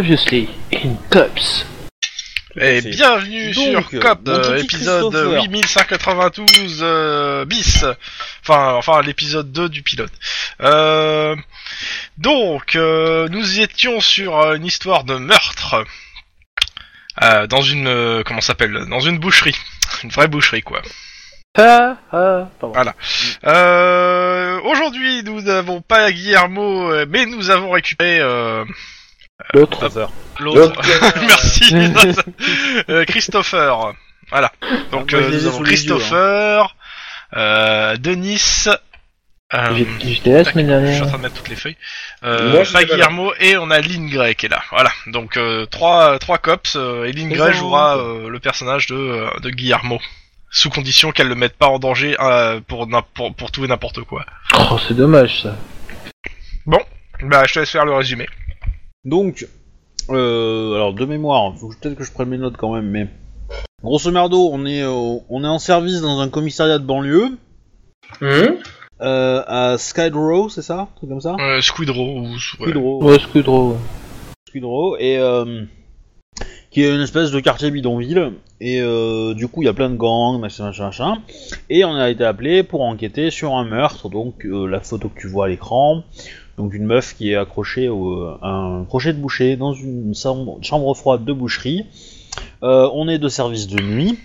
Previously in Cops. Et C'est- bienvenue Donc, sur COP, mon euh, petit épisode Christopher. 8192 euh, bis, enfin, enfin l'épisode 2 du pilote. Euh, donc, euh, nous y étions sur euh, une histoire de meurtre euh, dans une, euh, comment ça s'appelle, dans une boucherie, une vraie boucherie quoi. Ah, ah, pardon. Ah. Euh, Aujourd'hui, nous n'avons pas Guillermo, euh, mais nous avons récupéré euh, L'autre. euh, l'autre. Merci, Euh, Christopher. Voilà. Donc Ah, Moi, je euh, les ai nous avons sous les yeux, Christopher, euh, Denis. euh, J'ai- J'étais la semaine je suis en dernière. train de mettre toutes les feuilles. Euh, Moi, je pas suis pas là. Guillermo et on a Lynn Grey qui est là. Voilà. Donc euh, trois trois cops euh, et Lynn Grey Bonjour. jouera euh, le personnage de euh, de Guillermo sous condition qu'elle le mette pas en danger euh, pour, n'im- pour pour tout et n'importe quoi. Oh, c'est dommage ça. Bah je te laisse faire le résumé. Donc, euh, alors de mémoire, faut que- peut-être que je prenne mes notes quand même, mais grosso merdo, on est au- on est en service dans un commissariat de banlieue Hum, euh, à Skid Row, c'est ça, un truc comme ça. Euh, Squidrow ou ouais. Skid Row, Ouais, c'est Oh, que drôle. Skid Row, et euh, qui est une espèce de quartier bidonville. Et euh, du coup, il y a plein de gangs, machin, machin, machin. Et on a été appelé pour enquêter sur un meurtre. Donc, euh, la photo que tu vois à l'écran. Donc, une meuf qui est accrochée au, à un crochet de boucher dans une chambre, chambre froide de boucherie. Euh, on est de service de nuit.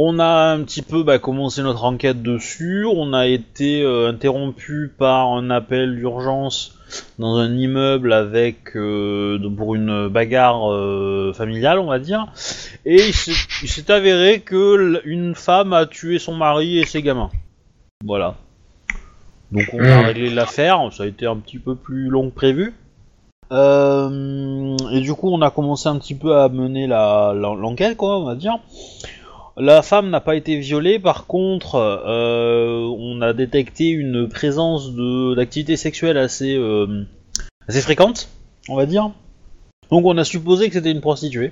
On a un petit peu bah, commencé notre enquête dessus. On a été euh, interrompu par un appel d'urgence dans un immeuble avec euh, de- pour une bagarre euh, familiale, on va dire. Et il s'est il s'est avéré que l- une femme a tué son mari et ses gamins. Voilà. Donc on a Mm. réglé l'affaire. Ça a été un petit peu plus long que prévu. Euh, et du coup, on a commencé un petit peu à mener la- l'en- l'enquête, quoi, on va dire. La femme n'a pas été violée, par contre, euh, on a détecté une présence de- d'activité sexuelle assez, euh, assez fréquente, on va dire. Donc on a supposé que c'était une prostituée.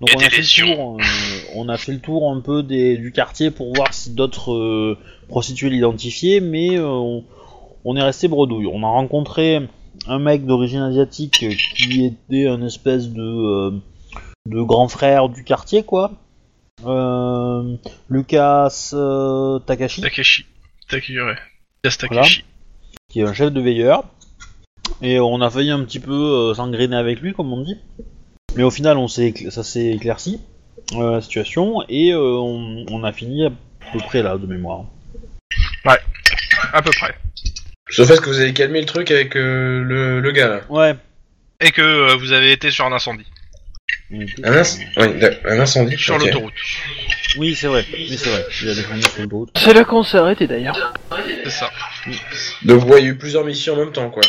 Donc Et on des a, fait lésions. le tour, euh, on a fait le tour un peu des- du quartier pour voir si d'autres euh, prostituées l'identifiaient, mais euh, on, on est resté bredouille. On a rencontré un mec d'origine asiatique euh, qui était un espèce de, euh, de grand frère du quartier, quoi. Euh, Lucas euh, Takashi, Takeshi. Takeshi. ouais. Yes, Takeshi. qui est un chef de veilleur. Et on a failli un petit peu euh, s'engrainer avec lui, comme on dit. Mais au final, on s'est écla- ça s'est éclairci, euh, la situation, et euh, on, on a fini à peu près là, de mémoire. À peu près. Sauf à ce que vous avez calmé le truc avec euh, le, le gars là. Ouais. Et que euh, vous avez été sur un incendie. Un, inc- ouais, d'ac- un incendie Sur ok. l'autoroute. Oui, c'est vrai. Oui, c'est vrai. Il y a des familles sur le dos. C'est là qu'on s'est arrêté d'ailleurs. C'est ça. Donc ouais, il y a eu plusieurs missions en même temps quoi.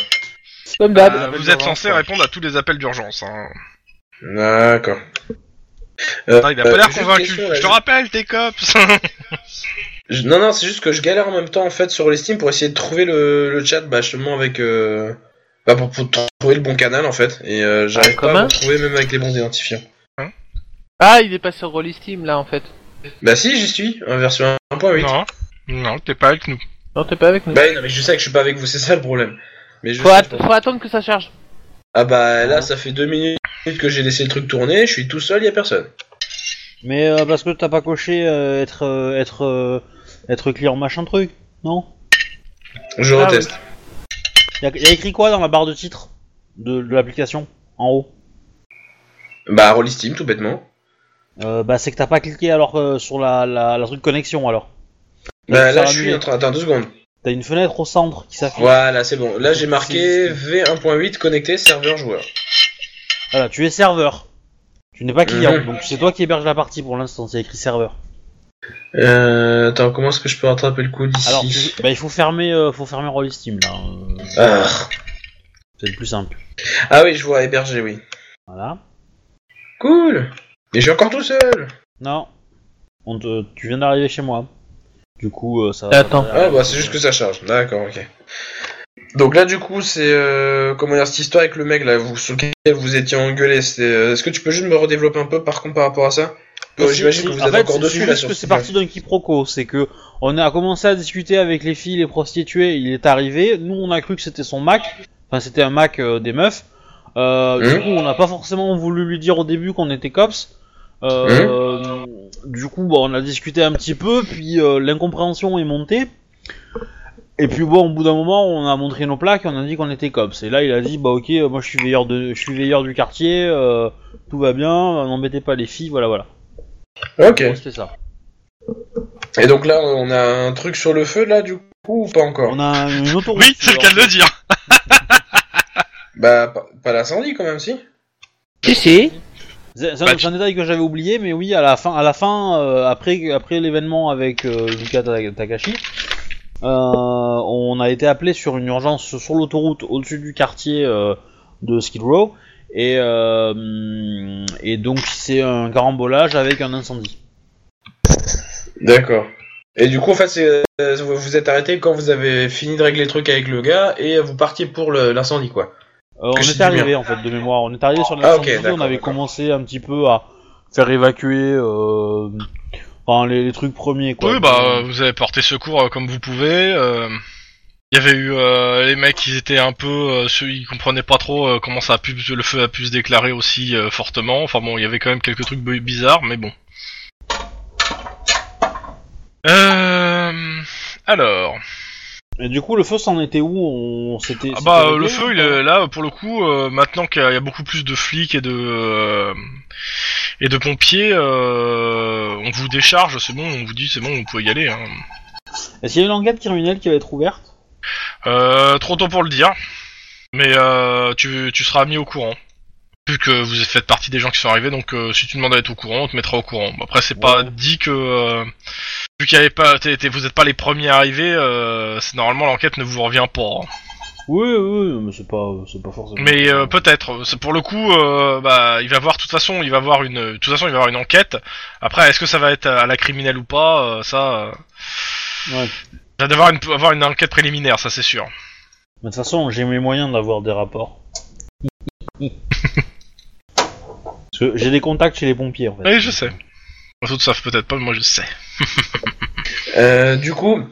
Comme Euh, d'hab. l'appel vous êtes d'urgence, censé quoi. répondre à tous les appels d'urgence. Hein. D'accord. Euh, Ah, il a euh, pas l'air juste une convaincu. question, là, je te je- rappelle, tes cops. je- Non, non, c'est juste que je galère en même temps en fait sur les Steam pour essayer de trouver le, le chat bah, justement avec. Euh... Bah, pour, pour tr- trouver le bon canal en fait. Et euh, j'arrive En pas à commun le trouver même avec les bons identifiants. Ah, il est passé en Roll Steam là en fait. Bah si, j'y suis, en version 1.8. non, non, t'es pas avec nous. Non, t'es pas avec nous. Bah non, mais je sais que je suis pas avec vous, c'est ça le problème. Mais je Faut, sais, at- je pense- faut attendre que ça charge. Ah bah là, ça fait deux minutes que j'ai laissé le truc tourner, je suis tout seul, y a personne. Mais euh, parce que t'as pas coché euh, être euh, être euh, être client machin truc, non Je Ah, reteste. y a, y a écrit quoi dans la barre de titre de, de l'application en haut Bah, Roll Steam, tout bêtement. Euh, Bah c'est que t'as pas cliqué alors euh, sur la, la, la truc connexion alors. Donc, Bah, ça là, je suis annulé. en train. Attends deux secondes. T'as une fenêtre au centre qui s'affiche. Voilà, c'est bon. Là, j'ai marqué V1.8 connecté serveur joueur. Voilà, tu es serveur. Tu n'es pas client, Mhm. donc c'est toi qui héberge la partie pour l'instant. C'est écrit serveur. Euh, attends, comment est-ce que je peux rattraper le coup Alors, d'ici tu- bah, il faut fermer, euh, faut fermer Roll Steam là. euh, ah. C'est le plus simple. Ah oui, je vois héberger, oui. Voilà. Cool Et je suis encore tout seul Non, on te, tu viens d'arriver chez moi. Du coup, euh, ça. Attends. ça- Ah bah, c'est juste que ça charge. D'accord, ok. Donc là, du coup, c'est... Euh, comment dire, cette histoire avec le mec, là, vous, sur lequel vous étiez engueulé, c'est... euh, Est-ce que tu peux juste me redévelopper un peu, par contre, par rapport à ça Euh, C'est- J'imagine que c'est- vous en êtes fait, encore c'est- dessus, c'est là, juste sur hein. que ce c'est parti d'un quiproquo, c'est que on a commencé à discuter avec les filles, les prostituées, il est arrivé, nous on a cru que c'était son Mac, enfin c'était un Mac euh, des meufs, Euh, Du Mmh. coup, on n'a pas forcément voulu lui dire au début qu'on était cops. Hein Euh, Du coup, bah, on a discuté un petit peu, puis euh, l'incompréhension est montée. Et puis bon, au bout d'un moment, on a montré nos plaques, et on a dit qu'on était cops. Et là, il a dit, bah ok, euh, moi je suis veilleur de, je suis veilleur du quartier, euh, tout va bien, euh, n'embêtez pas les filles, voilà, voilà. Ok. Bon, C'était ça. Et donc là, on a un truc sur le feu, là, du coup, ou pas encore On a une autoroute. Oui, c'est le cas de le dire. Bah, pas, pas l'incendie, quand même, si Si, si. C'est c'est un, Bah, c'est un détail que j'avais oublié, mais oui, à la fin, à la fin euh, après, après l'événement avec euh, Yuka Ta- Takashi, euh, on a été appelé sur une urgence sur l'autoroute au-dessus du quartier euh, de Skid Row, et, euh, et donc c'est un carambolage avec un incendie. D'accord. Et du coup, en fait, c'est, euh, vous vous êtes arrêté quand vous avez fini de régler le truc avec le gars et vous partiez pour le- l'incendie, quoi. Euh, on Que je était dis arrivé bien. en fait de mémoire, on est arrivé sur Ah, ok, l'incendie, on d'accord, avait d'accord. commencé un petit peu à faire évacuer euh, enfin, les, les trucs premiers quoi. Oui, bah, euh, vous avez porté secours euh, comme vous pouvez. euh, Il y avait eu euh, les mecs, ils étaient un peu, euh, ceux- ils comprenaient pas trop euh, comment ça a pu, le feu a pu se déclarer aussi euh, fortement. Enfin bon, il y avait quand même quelques trucs bu- bizarres, mais bon. Euh, alors, Et du coup, le feu, c'en était où On s'était. ah bah c'était euh, le réglé, feu, ou il pas hein, est là pour le coup. euh, maintenant qu'il y a beaucoup plus de flics et de euh, et de pompiers, euh, on vous décharge, c'est bon, on vous dit c'est bon, vous pouvez y aller. hein. Est-ce qu'il y a une enquête criminelle qui va être ouverte Euh, trop tôt pour le dire, mais euh, tu, tu seras mis au courant. Vu que vous faites partie des gens qui sont arrivés, donc euh, si tu demandes à être au courant, on te mettra au courant. Bon, Après, c'est pas Ouais. dit que euh, vu qu'il y avait pas, t'es- t'es- vous n'êtes pas les premiers arrivés, euh, c'est normalement l'enquête ne vous revient pas. hein. Oui, oui, oui, mais c'est pas, c'est pas forcément. Mais euh, peut-être. C'est pour le coup, euh, bah, il va voir. De toute façon, il va voir une. De toute façon, il va avoir une enquête. Après, est-ce que ça va être à la criminelle ou pas euh, Ça, euh, Ouais. ça va avoir une, avoir une enquête préliminaire, ça c'est sûr. Mais De toute façon, j'ai mes moyens d'avoir des rapports. Parce que j'ai des contacts chez les pompiers en fait. Oui, je sais. Les autres savent peut-être pas, mais moi je sais. Euh, du coup,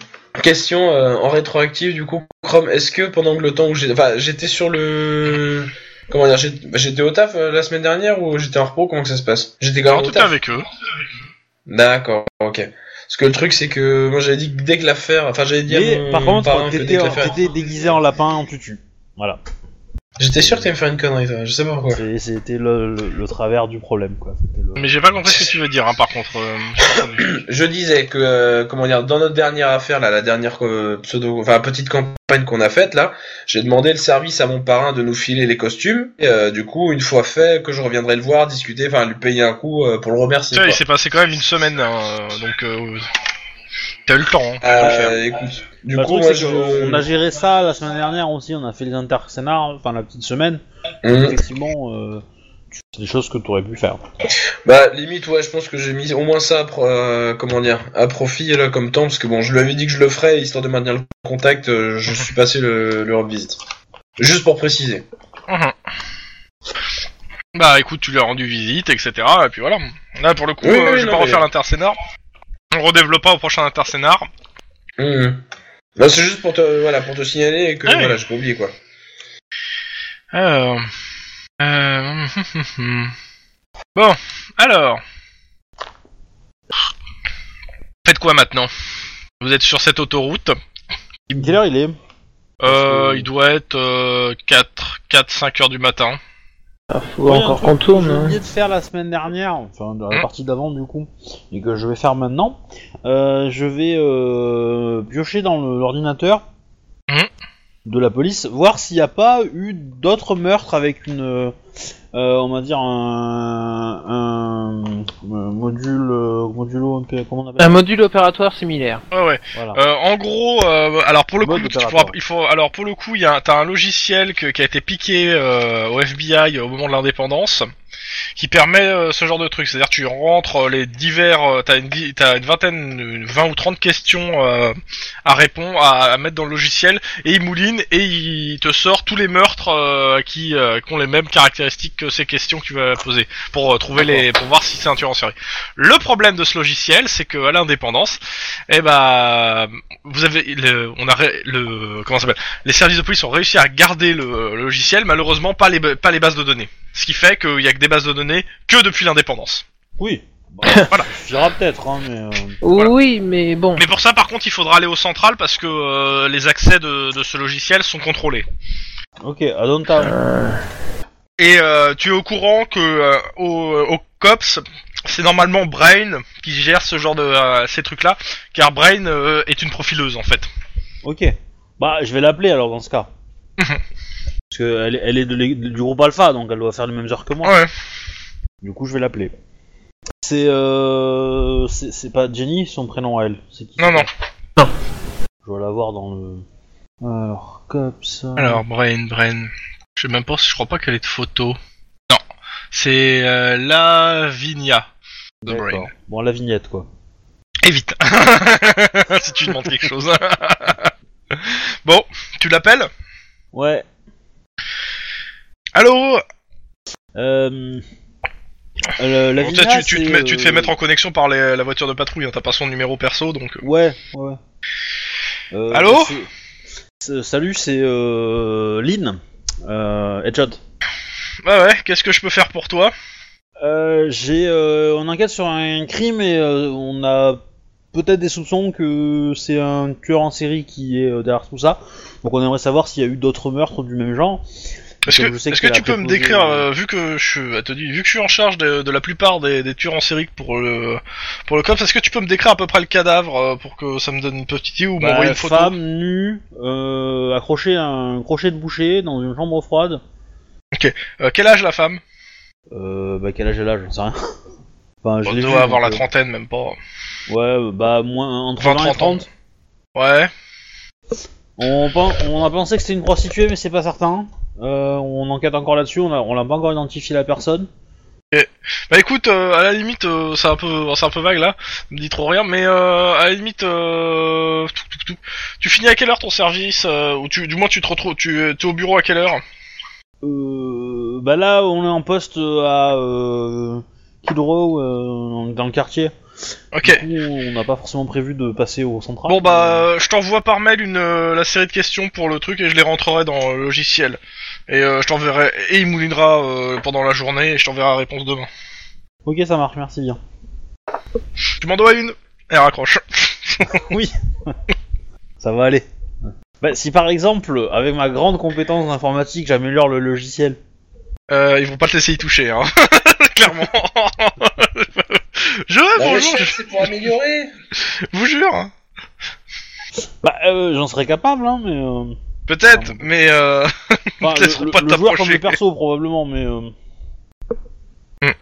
question euh, en rétroactif, du coup, Chrome, est-ce que pendant que le temps où j'ai- enfin, j'étais sur le. Comment dire j'ai- J'étais au taf euh, la semaine dernière ou j'étais en repos Comment que ça se passe J'étais quand Alors, même au tout est taf. avec eux. D'accord, ok. Parce que le truc, c'est que moi j'avais dit que dès que l'affaire. Enfin, j'avais dit à Mais mon par parrain contre, que dès t'étais que en- l'affaire- t'étais déguisé en lapin en tutu. Voilà. J'étais sûr que t'allais me faire une connerie, toi. Je sais pas pourquoi. C'est- C'était le, le- le travers du problème quoi. C'était le- Mais j'ai pas compris ce que tu veux dire, hein, par contre. euh, j'ai pas entendu. Je disais que, euh, comment dire, dans notre dernière affaire, là, la dernière euh, pseudo, enfin, petite campagne qu'on a faite, là, j'ai demandé le service à mon parrain de nous filer les costumes. Et, euh, du coup, une fois fait, que je reviendrai le voir, discuter, enfin, lui payer un coup euh, pour le remercier. Tiens, quoi. il s'est passé quand même une semaine, hein, euh, donc euh, t'as eu le temps. hein, de le faire. Euh, écoute, du Bah, le coup, truc, moi, c'est je... que on a géré ça la semaine dernière aussi. On a fait les intersénars, enfin la petite semaine. Mm. Mhm. Effectivement, euh, tu- c'est des choses que t'aurais pu faire. Bah limite ouais je pense que j'ai mis au moins ça à pro- euh, comment dire à profit là comme temps parce que bon je lui avais dit que je le ferais histoire de maintenir le contact euh, je suis passé le, le revisite. Juste pour préciser. Mhm. Bah écoute, tu lui as rendu visite, etc. Et puis voilà. Là, pour le coup, Oui, euh, oui, je vais non, pas mais- refaire l'intersénar. On redéveloppe pas au prochain intersénar. Mhm. Non c'est juste pour te voilà pour te signaler et que Ah oui. voilà j'ai pas oublié quoi. Alors. Euh... bon, alors. Faites quoi maintenant Vous êtes sur cette autoroute. Quelle heure il est Euh, que- Il doit être euh, 4, 4, 5 heures du matin. Ah, faut Ouais, un encore truc qu'on que tourne. J'ai hein. oublié de faire la semaine dernière, enfin dans la Hmm. partie d'avant du coup, et que je vais faire maintenant. Euh, je vais euh, piocher dans le- l'ordinateur Hmm. de la police, voir s'il n'y a pas eu d'autres meurtres avec une, euh, on va dire un, un, euh, module, euh, modulo, un peu- comment on appelle Un module opératoire similaire. Ouais, ouais. Voilà. Euh, en gros, euh, alors pour le coup, Mode tu opératoire. pourras- il faut, alors pour le coup, il y a, un- t'as un logiciel que- qui a été piqué euh, au FBI au moment de l'indépendance, qui permet euh, ce genre de truc. C'est-à-dire tu rentres euh, les divers, euh, t'as une, di- t'as une vingtaine, une 20 ou 30 questions euh, à répondre, à, à mettre dans le logiciel, et il mouline et il te sort tous les meurtres euh, qui, euh, qui ont les mêmes caractéristiques que ces questions que tu vas poser pour euh, trouver les, pour voir si c'est un tueur en série. Le problème de ce logiciel, c'est que à l'indépendance, eh ben, vous avez, le, on a ré- le, comment ça s'appelle les services de police ont réussi à garder le, euh, le logiciel, malheureusement pas les, ba- pas les bases de données. Ce qui fait qu'il n'y a que des bases de données que depuis l'indépendance. Oui. Voilà. J'irai peut-être, hein, mais. euh, Voilà. Oui, mais bon. Mais pour ça, par contre, il faudra aller au central parce que euh, les accès de, de ce logiciel sont contrôlés. Ok, à don't time. Et euh, tu es au courant que euh, au, au COPS, c'est normalement Brain qui gère ce genre de euh, ces trucs-là, car Brain euh, est une profileuse en fait. Ok. Bah, je vais l'appeler alors dans ce cas. Parce qu'elle est, elle est de l'é- du groupe Alpha, donc elle doit faire les mêmes heures que moi. Ouais. Du coup, je vais l'appeler. C'est euh... c'est c'est pas Jenny son prénom à elle. C'est qui Non, non. Non. Je dois l'avoir dans le. Alors cops. euh, Alors Brain, Brain. Je sais même pas si je crois pas qu'elle ait de photo. Non, c'est euh, Lavinia. The d'accord. Brain. Bon la vignette quoi. Évite. si tu demandes quelque chose. bon, tu l'appelles Ouais. Allô Euh... euh, la Bon, toi, vigna, tu, tu te c'est, mets- tu te fais euh, mettre en connexion par les- la voiture de patrouille, hein, t'as pas son numéro perso, donc... Ouais, ouais. Euh, Allô c'est- c'est- Salut, c'est euh, Lynn, euh, Headshot. Ouais, Ah ouais, qu'est-ce que je peux faire pour toi Euh, j'ai, euh, on enquête sur un crime et euh, on a peut-être des soupçons que c'est un tueur en série qui est euh, derrière tout ça. Donc on aimerait savoir s'il y a eu d'autres meurtres du même genre. Est-ce que, Comme je sais est-ce que que t'as tu peux me préposé, décrire, euh, euh, vu que je ah, te dis, vu que je suis en charge de, de la plupart des, des tueurs en série pour le pour le COPS, est-ce que tu peux me décrire à peu près le cadavre euh, pour que ça me donne une petite idée ou Bah, m'envoyer une photo femme nue, euh, accrochée à un crochet de boucher dans une chambre froide. Euh, Quel âge la femme Euh, bah quel âge elle a, j'en sais rien. Enfin, je On l'ai doit vu, avoir la donc, trentaine, même pas. euh, Ouais, bah moins entre 20, 20, et 30. Ouais. On, pen- on a pensé que c'était une prostituée, mais c'est pas certain. Euh, on enquête encore là-dessus, on a- on l'a pas encore identifié la personne. Bah écoute, euh, à la limite, euh, c'est un peu, c'est un peu vague là. Je me dis trop rien, mais euh, à la limite, euh, tout, tout, tout. tu finis à quelle heure ton service euh, Ou tu, du moins, tu te retrouves, tu es au bureau à quelle heure Euh, bah là, on est en poste euh, à euh, Kid Row, euh, dans le quartier. Ok. Du coup, on n'a pas forcément prévu de passer au central. Bon bah, euh, je t'envoie par mail une euh, la série de questions pour le truc et je les rentrerai dans le logiciel. Et euh, je t'enverrai et il moulinera euh, pendant la journée et je t'enverrai la réponse demain. Ok, ça marche, merci bien. Tu m'en dois une Et raccroche. Ça va aller. Bah, si par exemple, avec ma grande compétence d'informatique, j'améliore le logiciel. Euh, ils vont pas te laisser y toucher, hein. Clairement. Ah, je La bonjour, recherche, Bah, c'est pour améliorer. je vous jure. hein. Bah, euh, j'en serais capable, hein, mais. euh, Peut-être, mais euh... Enfin, Ils te laisseront le, pas le- le joueur comme t'approcher. le perso probablement, mais. euh, Hmm. Mm.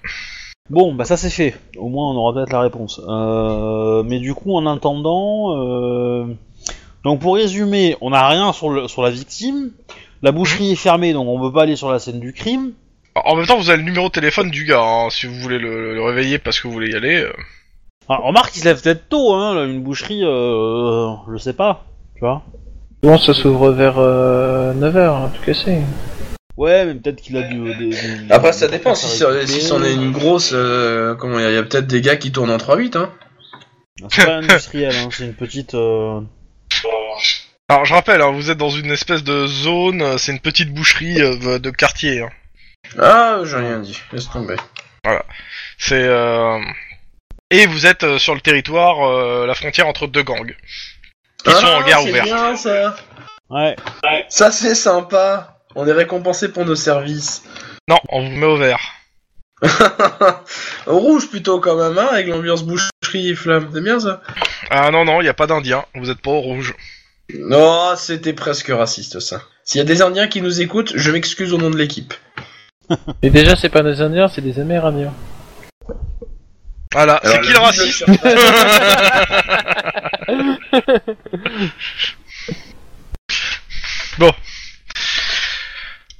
Bon, bah ça c'est fait. Au moins on aura peut-être la réponse. Euh, Mais du coup, en attendant, euh, donc pour résumer, on n'a rien sur, le- sur la victime. La boucherie est fermée, donc on peut pas aller sur la scène du crime. En même temps, vous avez le numéro de téléphone du gars, hein, si vous voulez le, le réveiller parce que vous voulez y aller. euh. Enfin, remarque, il se lève peut-être tôt, hein, là, une boucherie, euh, je sais pas, tu vois. Bon, ça s'ouvre vers euh, 9h, tout cassé. Ouais, mais peut-être qu'il a du. des- des- Après, ça des- dépend. Si, c'est- si c'en est une grosse, euh, comment il y a- il y a peut-être des gars qui tournent en 3-8. Hein. C'est pas industriel, hein, c'est une petite. euh, Alors, je rappelle, hein, vous êtes dans une espèce de zone, euh, c'est une petite boucherie euh, de- de quartier. hein. Ah, j'ai rien dit. Laisse tomber. C'est euh... et vous êtes euh, sur le territoire, euh, la frontière entre deux gangs. Ils sont en guerre Ah, c'est ouverte. bien, ça. Ouais. Ça, c'est sympa. On est récompensé pour nos services. Non, on vous met au vert. Au rouge plutôt quand même, hein, avec l'ambiance boucherie et flamme. C'est bien ça. Ah non non, il y a pas d'Indien, vous êtes pas au rouge. Non, c'était presque raciste ça. S'il y a des Indiens qui nous écoutent, je m'excuse au nom de l'équipe. Et déjà, c'est pas des Indiens, c'est des Amérindiens. Voilà, c'est Alors, qui le le raciste double surface.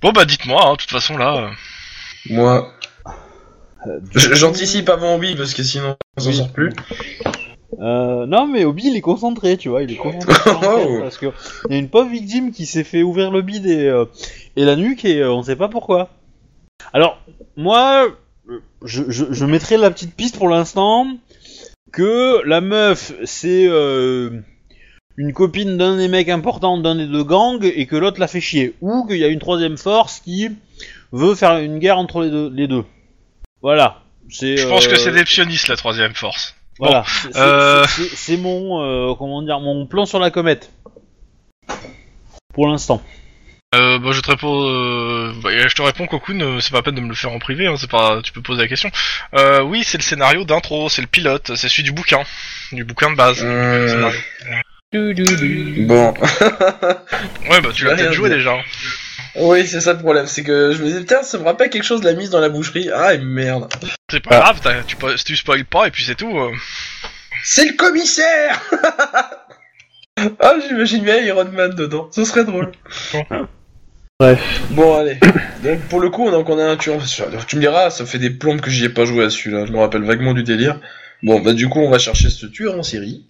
Bon bah dites-moi, hein, de toute façon là. euh. Moi, Euh, du- J- J'anticipe avant oui, parce que sinon on s'en sort plus. Euh, non, mais Obi, il est concentré, tu vois, il est concentré. sur l'enquête, parce que il y a une pauvre victime qui s'est fait ouvrir le bide et, euh, et la nuque et euh, on sait pas pourquoi. Alors, moi, euh, je, je, je mettrai la petite piste pour l'instant que la meuf, c'est euh, une copine d'un des mecs importants d'un des deux gangs et que l'autre l'a fait chier. Ou qu'il y a une troisième force qui veut faire une guerre entre les deux. Les deux. Voilà. c'est Je pense euh, que c'est des psionistes, la troisième force. voilà, c'est- c'est- euh, c'est c'est mon euh, comment dire mon plan sur la comète. Pour l'instant. Euh, bah, je te réponds, euh, bah, je te réponds Cocoon, euh, c'est pas la peine de me le faire en privé, hein, c'est pas, tu peux poser la question. Euh, oui, c'est le scénario d'intro, c'est le pilote, c'est celui du bouquin, du bouquin de base. Hum, Ouais, bon. bah tu l'as Ouais, peut-être joué ouais. déjà. Oui, c'est ça le problème, c'est que je me disais, putain, ça me rappelle quelque chose de la mise dans la boucherie. Ah, et merde. C'est Ah. pas grave, t'as- tu, po- tu spoil pas et puis c'est tout. euh. C'est le commissaire Ah, j'imagine bien Iron Man dedans, ce serait drôle. Bref. Bon, allez. Donc, pour le coup, donc, on a un tueur. Alors, tu me diras, ça fait des plombes que j'y ai pas joué à celui-là, je me rappelle vaguement du délire. Bon, bah, du coup, on va chercher ce tueur en série.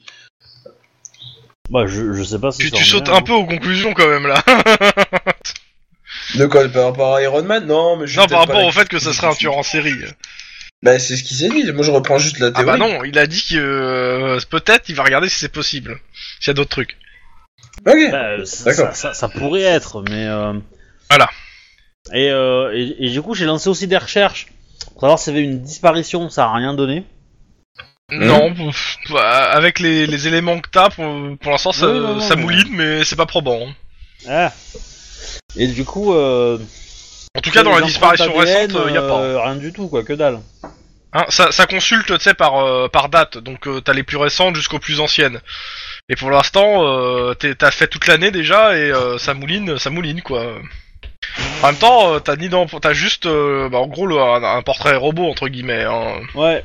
Bah je, je sais pas si Tu, ça tu en sautes est un peu aux conclusions quand même là. De quoi Par rapport à Iron Man Non, mais je vais non, par peut-être pas rapport la- au fait que ça serait un tueur en série. Bah, c'est ce qui s'est dit, moi je reprends juste la Ah théorie. bah non, il a dit que euh, peut-être il va regarder si c'est possible, s'il y a d'autres trucs. Ok. Bah, euh, ça, D'accord. ça, ça- ça pourrait être, mais. euh, Voilà. Et, euh, et, et du coup, j'ai lancé aussi des recherches pour savoir s'il y avait une disparition, ça a rien donné. Hmm? Non, pff, bah, avec les, les éléments que t'as, pour, pour l'instant ça, Oui, non, non, ça mais- mouline, mais c'est pas probant. hein. Ah. Et du coup. Euh, En tout cas, dans la les disparition empreintes récente, il ADN, a pas. euh, rien du tout, quoi, que dalle. Hein, ça, ça consulte, tu sais, par, euh, par date. Donc, euh, t'as les plus récentes jusqu'aux plus anciennes. Et pour l'instant, euh, t'es- t'as fait toute l'année déjà et euh, ça mouline, ça mouline, quoi. En même temps, euh, t'as ni dans, t'as juste, euh, bah, en gros, le- un, un portrait robot entre guillemets. hein. Ouais.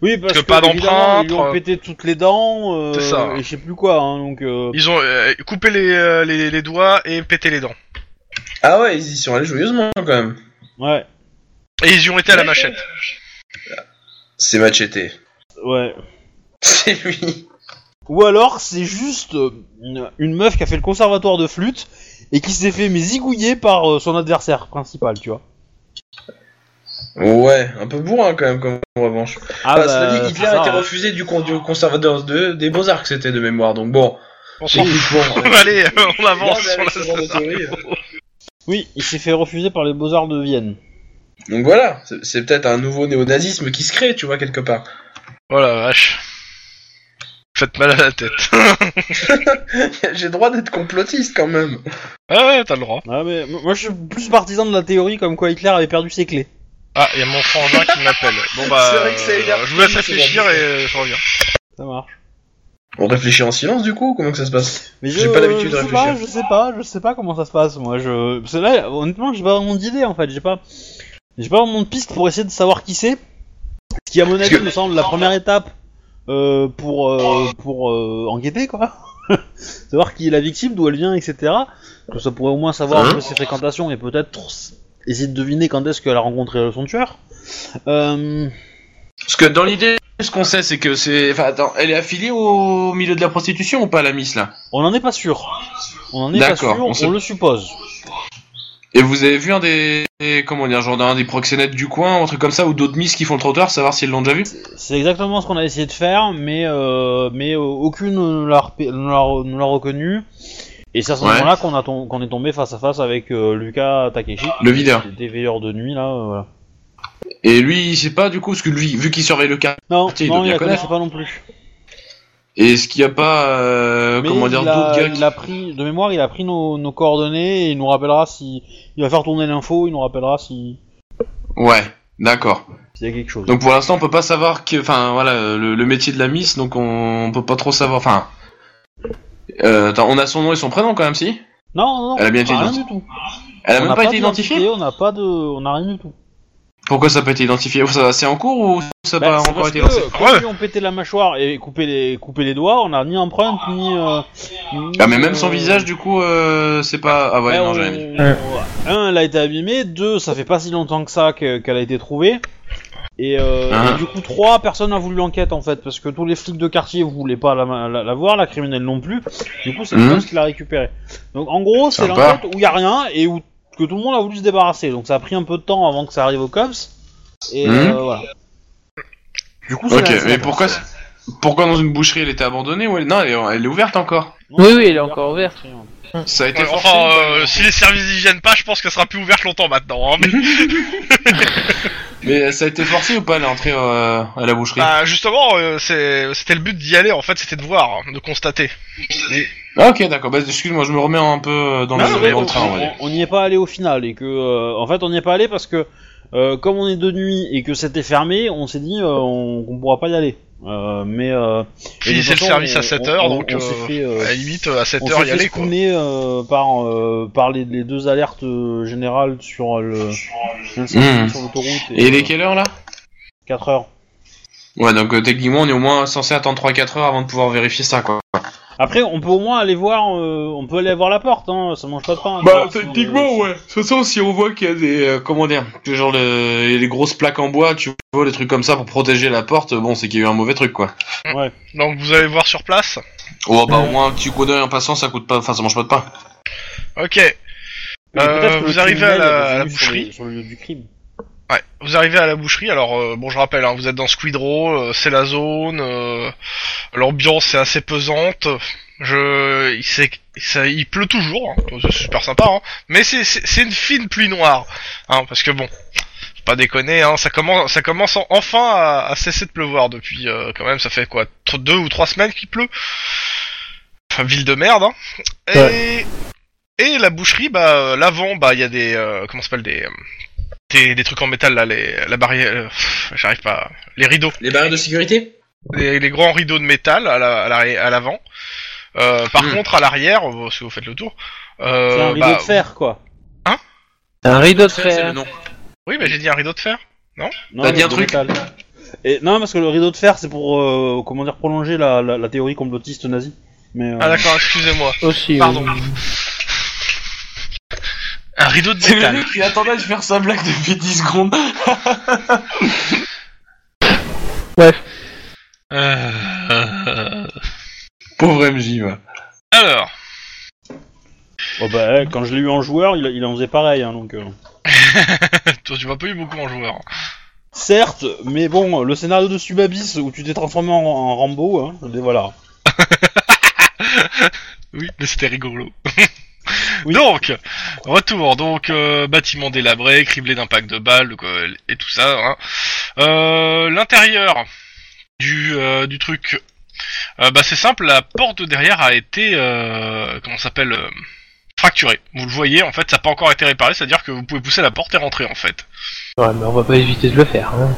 Oui, parce Que que, pas évidemment, ils lui d'empreinte. ont pété toutes les dents, euh, C'est ça. et je sais plus quoi, hein, donc. euh, Ils ont euh, coupé les, euh, les, les doigts et pété les dents. Ah ouais, ils y sont allés joyeusement quand même. Ouais, Et ils y ont été à la machette. C'est Machete. ouais. C'est lui. Ou alors, c'est juste euh, une, une meuf qui a fait le conservatoire de flûte et qui s'est fait mais zigouiller par euh, son adversaire principal, tu vois. Ouais, un peu bourrin quand même, comme en revanche. Ah, Ah, cela dit, c'est Hitler ça, était hein. refusé du, con- du conservateur de, des Beaux-Arts, que c'était de mémoire, donc bon. On s'en fout. Allez, euh, on avance sur la Oui, il s'est fait refuser par les beaux-arts de Vienne. Donc voilà, c'est- c'est peut-être un nouveau néonazisme qui se crée, tu vois, quelque part. Voilà, Oh vache. Faites mal à la tête. J'ai droit d'être complotiste quand même. Ah ouais, t'as le droit. Ah, mais m- moi je suis plus partisan de la théorie comme quoi Hitler avait perdu ses clés. Ah, il y a mon frangin qui m'appelle. Bon bah, C'est vrai que ça a l'air euh, je vous laisse fini, c'est réfléchir la et euh, je reviens. Ça marche. On réfléchit en silence du coup Comment que ça se passe Mais J'ai pas l'habitude de je sais pas, réfléchir. Je sais pas, je sais pas comment ça se passe, moi. Je... Parce que là, honnêtement, j'ai pas vraiment d'idée en fait. J'ai pas... j'ai pas vraiment de piste pour essayer de savoir qui c'est. Ce qui, à mon Parce avis, que- me semble la première étape euh, pour, euh, pour euh, enquêter, quoi. savoir qui est la victime, d'où elle vient, etc. Que ça pourrait au moins savoir un peu ses fréquentations et peut-être essayer de deviner quand est-ce qu'elle a rencontré son tueur. Euh... Parce que dans l'idée, ce qu'on sait, c'est que c'est. Enfin, attends, elle est affiliée au milieu de la prostitution ou pas, la Miss là On n'en est pas sûr. On n'en est pas D'accord, sûr, on on, sait- le suppose. Et vous avez vu un des. des- Comment dire, genre d'un des proxénètes du coin, un truc comme ça, ou d'autres Miss qui font le trottoir, savoir s'ils l'ont déjà vu C'est exactement ce qu'on a essayé de faire, mais, euh, mais euh, aucune ne l'a repé- ne l'a- ne l'a reconnu. Et c'est à ce Ouais. moment-là qu'on a tom- qu'on est tombé face à face avec euh, Lucas Takeshi. Le videur. qui était veilleur de nuit, là, euh, voilà. Et lui, il sait pas du coup, parce que lui, vu qu'il surveille le quartier, Non, Ah, Tiens, il doit non il bien la connaître. connaissait pas non plus. et ce qu'il y a pas. euh, Mais comment dire, il, a, d'autres gars il qui- a pris, de mémoire, il a pris nos, nos coordonnées et il nous rappellera si. Il va faire tourner l'info, il nous rappellera si- Ouais, d'accord. s'il y a quelque chose. Donc pour l'instant, on peut pas savoir que. Enfin, voilà, le, le métier de la Miss, donc on, on peut pas trop savoir. Enfin. euh, attends, on a son nom et son prénom quand même, si non, non, non, Elle a bien été rien identi- du tout. Elle a On même n'a pas, été identifiée d'identité, On n'a pas de. On n'a rien du tout. Pourquoi ça n'a pas été identifié Ça- C'est en cours ou ça n'a Bah, pas c'est encore parce été que, lancé Quand Ouais. ils ont pété la mâchoire et coupé les, coupé les doigts, on n'a ni empreinte ni. euh, ni, Ah mais même son euh, visage du coup euh, c'est pas ah ouais, ouais, non on- j'avais mis. on- Un, elle a été abîmée. Deux, ça fait pas si longtemps que ça que- qu'elle a été trouvée. Et, euh, Ah. et du coup, trois personnes a voulu l'enquête en fait, parce que tous les flics de quartier voulaient pas la, la- la voir, la criminelle non plus. Du coup, c'est Mhm. Jones qui l'a récupérée. Donc en gros, c'est Sympa. l'enquête où il y a rien et où que tout le monde a voulu se débarrasser. Donc ça a pris un peu de temps avant que ça arrive au cops. Et Mhm. euh, voilà. Du coup, c'est Ok, la- c'est mais la- pourquoi c'est- pourquoi dans une boucherie elle était abandonnée ou elle... Non, elle est, elle est ouverte encore. Non, Oui, c'est oui, elle est ouvert. encore ouverte. Ça a été Ouais, forcé. enfin, euh, si les services d'hygiène pas, je pense qu'elle sera plus ouverte longtemps maintenant. hein, mais- Mais ça a été forcé ou pas l'entrée euh, à la boucherie Bah, justement, euh, c'est- c'était le but d'y aller, en fait, c'était de voir, hein, de constater. Ah, Ok, d'accord. Bah, excuse-moi, je me remets un peu euh, dans Ah Non, le, non, mais dans bon, le train. ouais. on on n'y est pas allé au final et que euh, en fait on n'y est pas allé parce que euh, comme on est de nuit et que c'était fermé, on s'est dit euh, on, qu'on pourra pas y aller. Euh, mais euh, et de Puis c'est le toute façon, service on- à 7 on- heures, on- donc on euh, s'est fait, euh, à la limite, à 7 on heures, s'est y fait aller, quoi. spooner, euh, par euh, par les, les deux alertes euh, générales sur le l'incendie Mm. sur l'autoroute Et il euh, est quelle heure là 4 heures. Ouais, donc euh, techniquement, on est au moins censé attendre 3-4 heures avant de pouvoir vérifier ça, quoi. Après on peut au moins aller voir euh, on peut aller voir la porte hein, ça mange pas de pain. Bah, Alors, si on est- techniquement, ouais. De toute façon, si on voit qu'il y a des. euh, comment dire que Genre le- les grosses plaques en bois, tu vois, des trucs comme ça pour protéger la porte, bon, c'est qu'il y a eu un mauvais truc, quoi. Ouais. Donc vous allez voir sur place. Oh, bah, au moins, un petit coup d'œil en passant, ça coûte pas. Enfin, ça mange pas de pain. Ok, Mais Euh, peut-être que le vous arrivez à la- criminel est à la revenu sur le- boucherie sur le lieu du crime. ouais. Vous arrivez à la boucherie, alors, euh, bon, je rappelle, hein, vous êtes dans Squid Row, euh, c'est la zone, euh, l'ambiance est assez pesante. Je, il, s'est- ça- il pleut toujours, hein, c'est super sympa, hein. mais c'est- c'est c'est une fine pluie noire, hein, parce que bon, faut pas déconner, hein, ça commence, ça commence en- enfin à, à cesser de pleuvoir depuis euh, quand même, ça fait quoi, t- deux ou trois semaines qu'il pleut, enfin ville de merde, hein. et et la boucherie, bah euh, l'avant, bah il y a des, euh, comment ça s'appelle des, euh, des, des trucs en métal là, les, la barrière, euh, pff, j'arrive pas, les rideaux Les barrières de sécurité les, les grands rideaux de métal à l'avant. La, à l'arri- à l'avant. euh, par Hmm. contre, à l'arrière, euh, si vous faites le tour, euh, C'est un rideau bah, de fer, quoi. Un rideau de C'est le fer. nom. oui, mais j'ai dit un rideau de fer. Non, T'as le dit rideau un truc de métal. Et non, parce que le rideau de fer, c'est pour euh, comment dire prolonger la, la, la théorie complotiste nazie. Mais euh, Ah d'accord, excusez-moi. Aussi. Pardon. oui. Un rideau de C'est le métal. mec qui attendait de faire sa blague depuis 10 secondes. Bref. Euh, Pauvre MJ, ouais. Alors, oh, bah, eh, quand je l'ai eu en joueur, il, il en faisait pareil, hein, donc. euh. toi tu m'as pas eu beaucoup en joueur. Certes, mais bon, le scénario de Subabis où tu t'es transformé en, en Rambo, hein, mais voilà. Oui, mais c'était rigolo. Oui. Donc, retour. Donc, euh, bâtiment délabré, criblé d'impact de balles donc, euh, et tout ça. hein. Euh, L'intérieur du, euh, du truc, euh, bah, c'est simple, la porte de derrière a été, euh, comment ça s'appelle, euh, fracturée. Vous le voyez, en fait, ça n'a pas encore été réparé, c'est-à-dire que vous pouvez pousser la porte et rentrer, en fait. Ouais, mais on va pas éviter de le faire. Hein.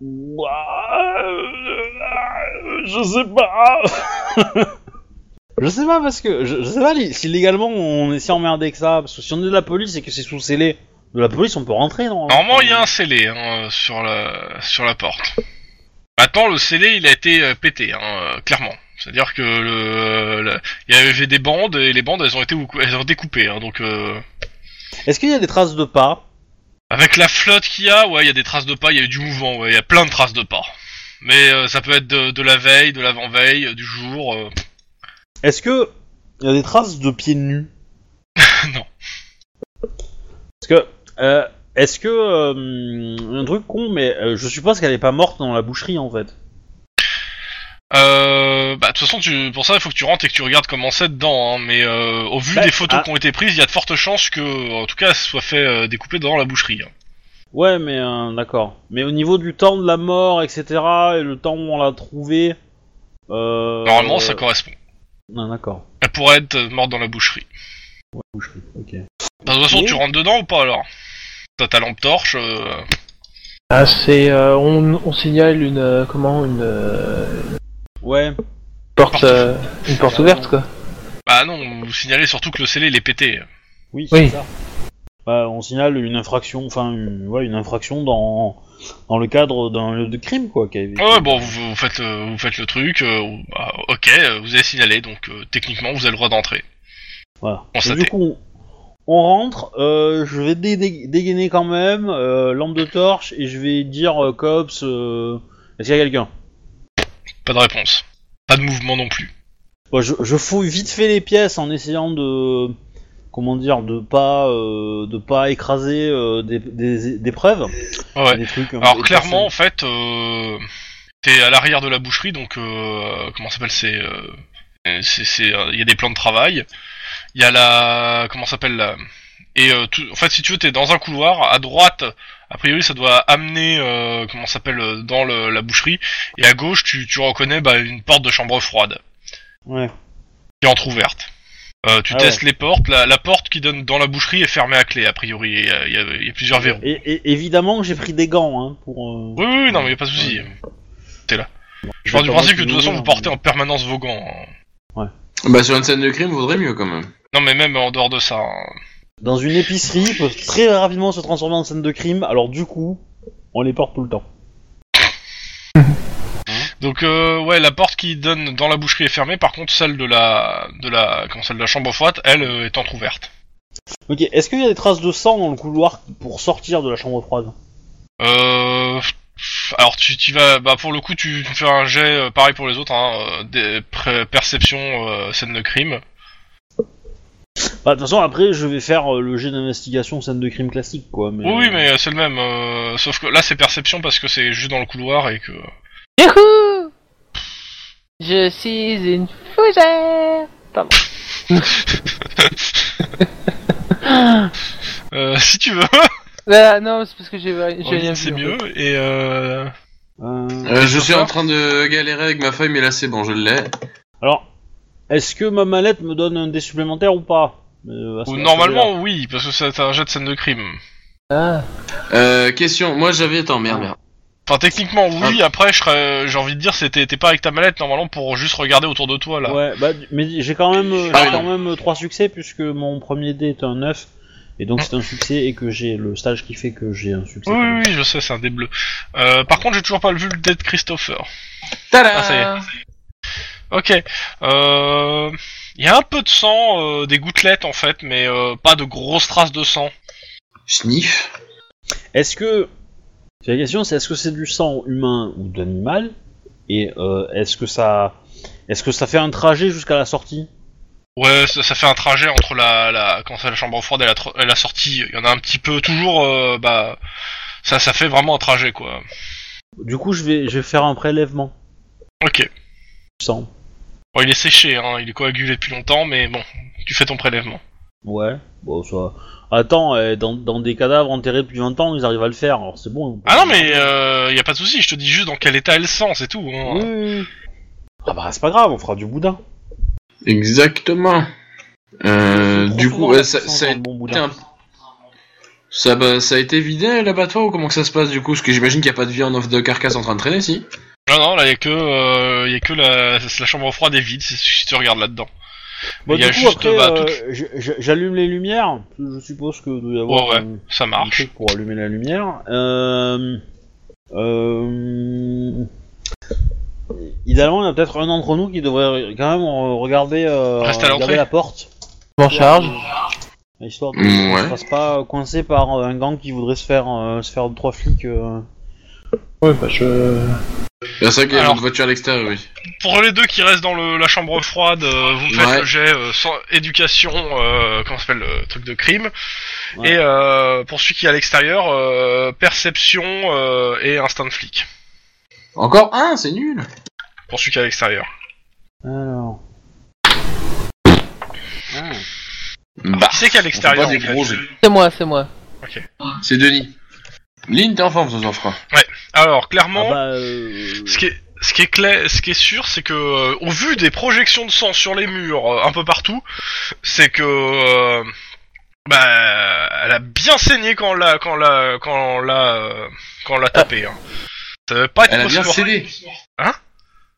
Ouah, euh, Je sais pas. je sais pas parce que je, je sais pas li- si légalement on est si emmerdé avec ça, parce que si on est de la police et que c'est sous scellé de la police, on peut rentrer. normalement. Normalement, il y a un scellé hein, euh, sur, la, sur la porte. Maintenant, le scellé, il a été euh, pété, hein, euh, clairement. C'est-à-dire que le, le- il y avait des bandes et les bandes, elles ont été oucou- elles ont découpées. Hein, donc, euh, Est-ce qu'il y a des traces de pas avec la flotte qu'il y a, ouais, il y a des traces de pas, il y a eu du mouvement, ouais, il y a plein de traces de pas. Mais euh, ça peut être de, de la veille, de l'avant-veille, euh, du jour. euh. Est-ce que il y a des traces de pieds nus Non. Parce que euh, est-ce que euh, un truc con, mais euh, je suppose qu'elle est pas morte dans la boucherie en fait. Euh, bah, de toute façon, tu, pour ça, il faut que tu rentres et que tu regardes comment c'est dedans. Hein, mais euh, au vu Bah, des photos ah. qui ont été prises, il y a de fortes chances que, en tout cas, ça soit fait euh, découper dans la boucherie. hein. Ouais, mais euh, d'accord. Mais au niveau du temps de la mort, etc., et le temps où on l'a trouvée. euh, Normalement, ça correspond. Non, d'accord. Elle pourrait être euh, morte dans la boucherie. Boucherie. Ok. Bah, de toute façon, Oui. tu rentres dedans ou pas alors T'as ta lampe torche. euh, Ah, c'est, euh, on, on signale une, euh, comment, une euh, Ouais. porte, euh, une porte ouverte quoi. Bah non, vous signalez surtout que le scellé il est pété. Oui, c'est Oui. ça. Bah, on signale une infraction, enfin, une, ouais, une infraction dans, dans le cadre d'un lieu de crime, quoi. qui a- Ouais, ouais, bon, vous, vous faites, euh, vous faites le truc. euh, bah, ok, euh, vous avez signalé, donc euh, techniquement, vous avez le droit d'entrer. Voilà. Constaté. Donc, du coup, On rentre, euh, je vais dé- dé- dégainer quand même, euh, lampe de torche, et je vais dire euh, cops, euh, est-ce qu'il y a quelqu'un Pas de réponse. Pas de mouvement non plus. Bon, je, je fouille vite fait les pièces en essayant de comment dire de pas euh, de pas écraser euh, des, des, des preuves Ouais. des trucs hein, Alors des clairement, en fait, euh, t'es à l'arrière de la boucherie, donc euh, comment ça s'appelle C'est, euh, c'est, c'est, euh, il y a des plans de travail. Il y a la, comment ça s'appelle la- Et euh, tout- en fait, si tu veux, t'es dans un couloir à droite. A priori, ça doit amener, euh, comment ça s'appelle, euh, dans le- la boucherie. Et à gauche, tu, tu reconnais bah, une porte de chambre froide personnes. ouais qui est entrouverte. Euh, tu Ah testes les portes. La, la porte qui donne dans la boucherie est fermée à clé. A priori, il y a- il y, a- il y a plusieurs verrous. et, et- évidemment que j'ai pris des gants hein, pour euh, Oui, oui, oui, non, mais y a pas de souci. T'es là. Je pars du pas principe que moi de qui toute façon l'ouvre, vous portez mais- en permanence vos gants. hein. Bah sur une scène de crime, vaudrait mieux quand même. Non, mais même en dehors de ça. hein. dans une épicerie peuvent très rapidement se transformer en scène de crime alors du coup on les porte tout le temps Donc euh, ouais, la porte qui donne dans la boucherie est fermée. Par contre, celle de la de la comment celle de la chambre froide, elle euh, est entrouverte. ok est-ce qu'il y a des traces de sang dans le couloir pour sortir de la chambre froide Euh, alors tu, tu vas bah pour le coup tu, tu fais un jet euh, pareil pour les autres, hein, euh, des pré- perception euh, scène de crime. bah de toute façon après je vais faire euh, le jet d'investigation scène de crime classique quoi mais Oui, oui, mais euh, c'est le même. euh, sauf que là c'est perception parce que c'est juste dans le couloir et que Youhou Je suis une fougère Euh, si tu veux, Bah non, c'est parce que j'ai j'ai en ligne, rien vu. c'est en fait. Ah, mieux et euh, Euh, Euh, je suis en train de galérer avec ma feuille, mais là c'est bon, je l'ai. Alors, est-ce que ma mallette me donne un dé supplémentaire ou pas Euh, à ce- Ou à ce normalement oui, parce que c'est un jet de scène de crime. Ah, Euh, question, moi j'avais... Attends, merde, merde. Enfin techniquement oui, après je serais- j'ai envie de dire c'était t'es pas avec ta mallette normalement pour juste regarder autour de toi là. degré-là. Ouais, bah, du- mais j'ai quand même, euh, Ah j'ai oui. quand même 3 succès puisque mon premier dé est un 9 et donc c'est un succès et que j'ai le stage qui fait que j'ai un succès. Mm. Oui, oui, oui, je sais, c'est un dé bleu. Euh, par contre, j'ai toujours pas vu le dé de Christopher. Tada Ah, ça y Euh. est. Ok. Euh, Il y a un peu de sang, euh, des gouttelettes en fait, mais euh, pas de grosses traces de sang. Sniff. Est-ce que la question c'est est-ce que c'est du sang humain ou d'animal et euh, est-ce que ça, est-ce que ça fait un trajet jusqu'à la sortie Ouais, ça, ça fait un trajet entre la, la, comment ça, la chambre froide et la, tr- et la sortie. Il y en a un petit peu toujours. euh, bah, ça, ça fait vraiment un trajet quoi. Du coup, je vais, je vais faire un prélèvement Ok. du sang. Bon, il est séché, hein, il est coagulé depuis longtemps, mais bon, tu fais ton prélèvement. Ouais, bon ça. Attends, euh, dans, dans des cadavres enterrés depuis 20 ans, ils arrivent à le faire, alors c'est bon. Ah non, mais euh, y a pas de souci, je te dis juste dans quel état elle sent, c'est tout. hein. Oui, oui, oui. Ah bah c'est pas grave, on fera du boudin. Exactement. Euh, Trop du souvent, coup, on euh, a ça, sans ça a un bon été boudin. un- Ça, bah, ça a été vidé l'abattoir ou comment que ça se passe du coup Parce que j'imagine qu'il n'y a pas de viande off de carcasse en train de traîner, si Non, non, là, y a que, euh, y a que la, la chambre froide est vide si, si tu regardes là-dedans. Bon, Il y du a coup, juste, après, bah, euh, j- j- j'allume les lumières. Je suppose que doit y avoir Ouais, ouais, un- Ça un marche. truc pour allumer la lumière. Euh... Euh... Idéalement, il y a peut-être un d'entre nous qui devrait quand même euh, regarder, euh, Reste à l'entrée. regarder la porte, je m'en charge. histoire de Mm, qu'on ouais. se fasse pas coincer par euh, un gang qui voudrait se faire euh, se faire trois flics. euh. Ouais, bah je. Bah, C'est ça qu'il y a Alors- une voiture à l'extérieur, oui. Pour les deux qui restent dans le, la chambre froide, euh, vous me faites Ouais. le jet euh, sans éducation, euh, comment ça s'appelle, le truc de crime. Ouais. Et euh, pour celui qui est à l'extérieur, euh, perception euh, et instinct de flic. Encore un, c'est nul Pour celui qui est à l'extérieur. Alors. Ah. Bah, qui c'est qui est à on fait pas l'extérieur des en fait gros jeux. C'est moi, c'est moi. C'est Denis. Lynn, t'es en forme ce soir, je crois. Alors, clairement, Ah bah, euh, Ce qui est, ce qui est clair, ce qui est sûr, c'est que euh, au vu des projections de sang sur les murs euh, un peu partout, c'est que euh, bah elle a bien saigné quand on l'a quand on l'a quand on l'a euh, quand on l'a tapé. Hein. Ça veut pas être Ah. Elle a bien possible. cédé.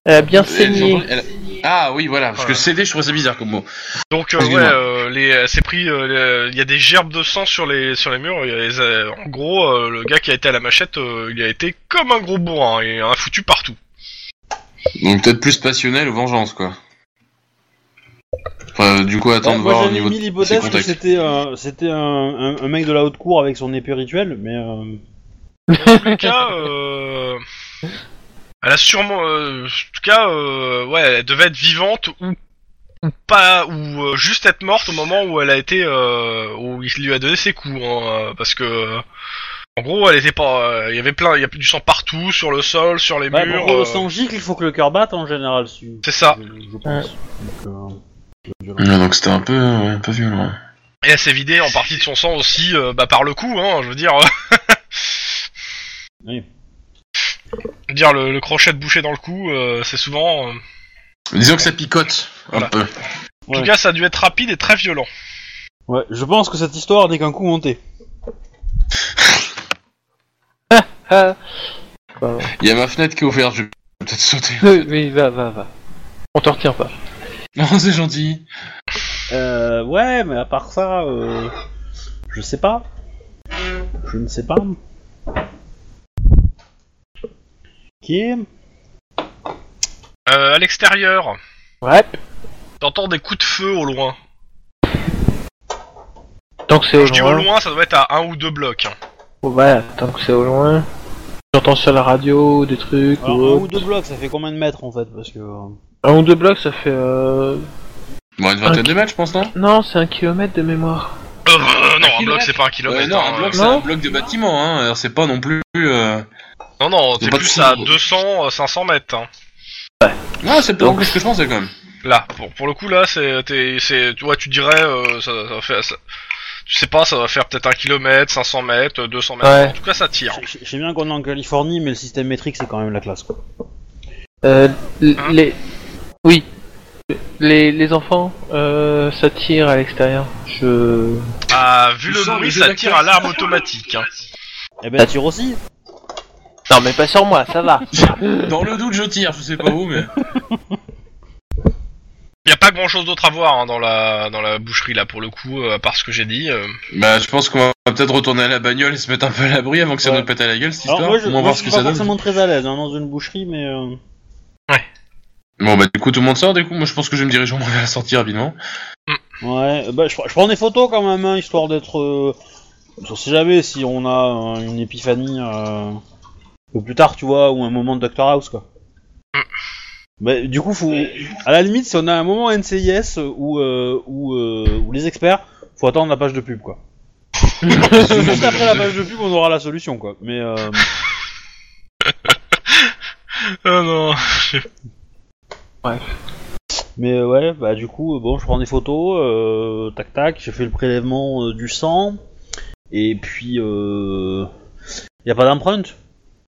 Elle a bien Elle- j'ai saigné. entendu- elle- Ah oui, voilà, parce que Voilà. cédé, je trouvais ça bizarre comme mot. Donc euh, ouais, Excuse-moi. euh, les, elle s'est pris. euh, les- Il y a des gerbes de sang sur les sur les murs. il y a les- euh, en gros, euh, le gars qui a été à la machette, euh, il a été comme un gros bourrin. Il en a foutu partout. Donc peut-être plus passionnel ou vengeance, quoi. Euh, du coup, attends de Ouais, Bah, moi voir au j'avais niveau mis de ses l'hypothèse que contacts. c'était euh, c'était un, un, un mec de la haute cour avec son épée rituelle, mais euh, En tout cas, euh, elle a sûrement, euh, en tout cas, euh, ouais, elle devait être vivante ou, ou pas, ou euh, juste être morte au moment où elle a été, euh, où il lui a donné ses coups, hein, euh, parce que, euh, en gros, elle était pas, euh, il y avait plein, il y a du sang partout, sur le sol, sur les bah, murs. pour euh, euh, sans gicle, il faut que le cœur batte en général. Si, C'est ça. Je, je pense. Donc, euh, violent. Ouais, Ah, donc c'était un peu, ouais, un peu violent. ouais. Et elle s'est vidée en partie de son sang aussi, euh, bah, par le coup, hein, je veux dire. Oui. Je veux Dire le, le crochet de boucher dans le cou, euh, c'est souvent. euh, Disons que ça picote un Voilà. peu. En Ouais. tout cas, ça a dû être rapide et très violent. Ouais, je pense que cette histoire n'est qu'un coup monté. Ah, Il y a ma fenêtre qui est ouverte, je vais peut-être sauter. oui, oui, va, va, va. On te retire pas. Non, c'est gentil. Euh, ouais, mais à part ça, euh, je sais pas. Je ne sais pas. Qui est Euh, à l'extérieur, Ouais. t'entends des coups de feu au loin. Tant que c'est au Quand je dis au loin. loin, ça doit être à un ou deux blocs. hein. Bon, voilà, tant que c'est au loin. J'entends sur la radio des trucs. Alors, ou un autre. ou deux blocs, ça fait combien de mètres en fait Parce que. euh, Un ou deux blocs, ça fait. Euh... Bon, une vingtaine Ok. de mètres, je pense, non Non, c'est un kilomètre de mémoire. Euh, euh, non, un kilomètre. bloc, c'est pas un Ouais, kilomètre. non, hein. un bloc, c'est Non un bloc de bâtiment, hein. Alors, C'est pas non plus. euh, non, non, C'est t'es pas plus de à sous- 200, euh, 500 mètres. hein. Ouais, c'est pas Donc- non plus ce que je pensais quand même. Là, pour, pour le coup, là, c'est, t'es- c'est, tu vois, tu dirais, euh, ça, ça fait, ça- je sais pas, ça va faire peut-être un kilomètre, 500 mètres, euh, 200 mètres. Ouais. En tout cas, ça tire. je- Je je sais bien qu'on est en Californie, mais le système métrique c'est quand même la classe quoi. Euh, l- Hein les. Oui. Les, les enfants, euh, ça tire à l'extérieur. Je. Ah, vu le sens bruit, le jeu ça d'acteur. tire à l'arme automatique. hein. Eh Ah, ben, tire aussi Non, mais pas sur moi, ça va. Dans le doute, je tire, je sais pas où, mais. Y a pas grand chose d'autre à voir hein, dans la dans la boucherie là pour le coup, euh, à part ce que j'ai dit. euh. Bah, je pense qu'on va peut-être retourner à la bagnole et se mettre un peu à l'abri avant que ça Ouais. nous pète à la gueule cette histoire. Alors, moi je, Au moins moi, voir je ce suis que pas ça donne. forcément très à l'aise hein, dans une boucherie, mais. euh, Bon, bah, du coup, tout le monde sort, du coup. Moi, je pense que je vais me diriger au moins vers la sortie rapidement. Ouais, euh, bah, je, pr- je prends des photos quand même, hein, histoire d'être. Euh... On sait jamais si on a euh, une épiphanie euh, un peu plus tard, tu vois, ou un moment de Doctor House, quoi. Bah, du coup, faut, à la limite, si on a un moment NCIS où, euh, où, euh, où les experts, faut attendre la page de pub, quoi. bah, Juste après la page de pub, on aura la solution, quoi. Mais euh, Ah non. Mais euh, ouais, bah du coup, euh, bon, je prends des photos, euh, tac tac, j'ai fait le prélèvement euh, du sang, et puis euh, y a pas d'empreinte.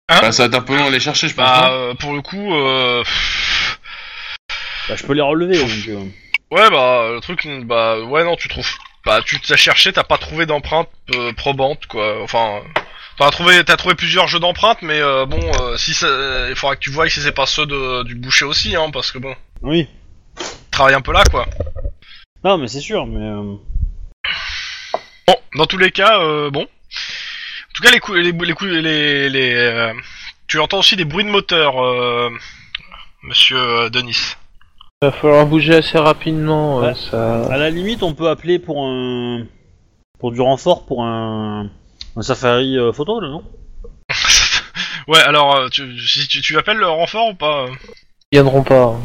Bah, ça va être un peu long à aller chercher, je pense. hein. Bah non euh, pour le coup, euh, pff, Bah, je peux les relever. Donc, euh. ouais bah le truc, bah ouais non tu trouves. Bah tu t'as cherché, t'as pas trouvé d'empreinte euh, probante quoi. Enfin, euh, t'en as trouvé, t'as trouvé plusieurs jeux d'empreintes, mais euh, bon euh, si ça, il faudra que tu vois si c'est pas ceux de, du boucher aussi hein, parce que bon, Oui. travaille un peu là quoi. Non, mais c'est sûr, mais euh, Bon, dans tous les cas, euh, bon. En tout cas, les coups, les, bou- les, coups- les, les, euh, tu entends aussi des bruits de moteur, euh, Monsieur euh, Denis. Va falloir bouger assez rapidement. euh, Ouais. ça... à la limite, on peut appeler pour un pour du renfort pour un, un safari euh, photo, là, non ouais, alors, euh, tu, si tu, tu appelles le renfort ou pas euh Ils viendront pas. hein.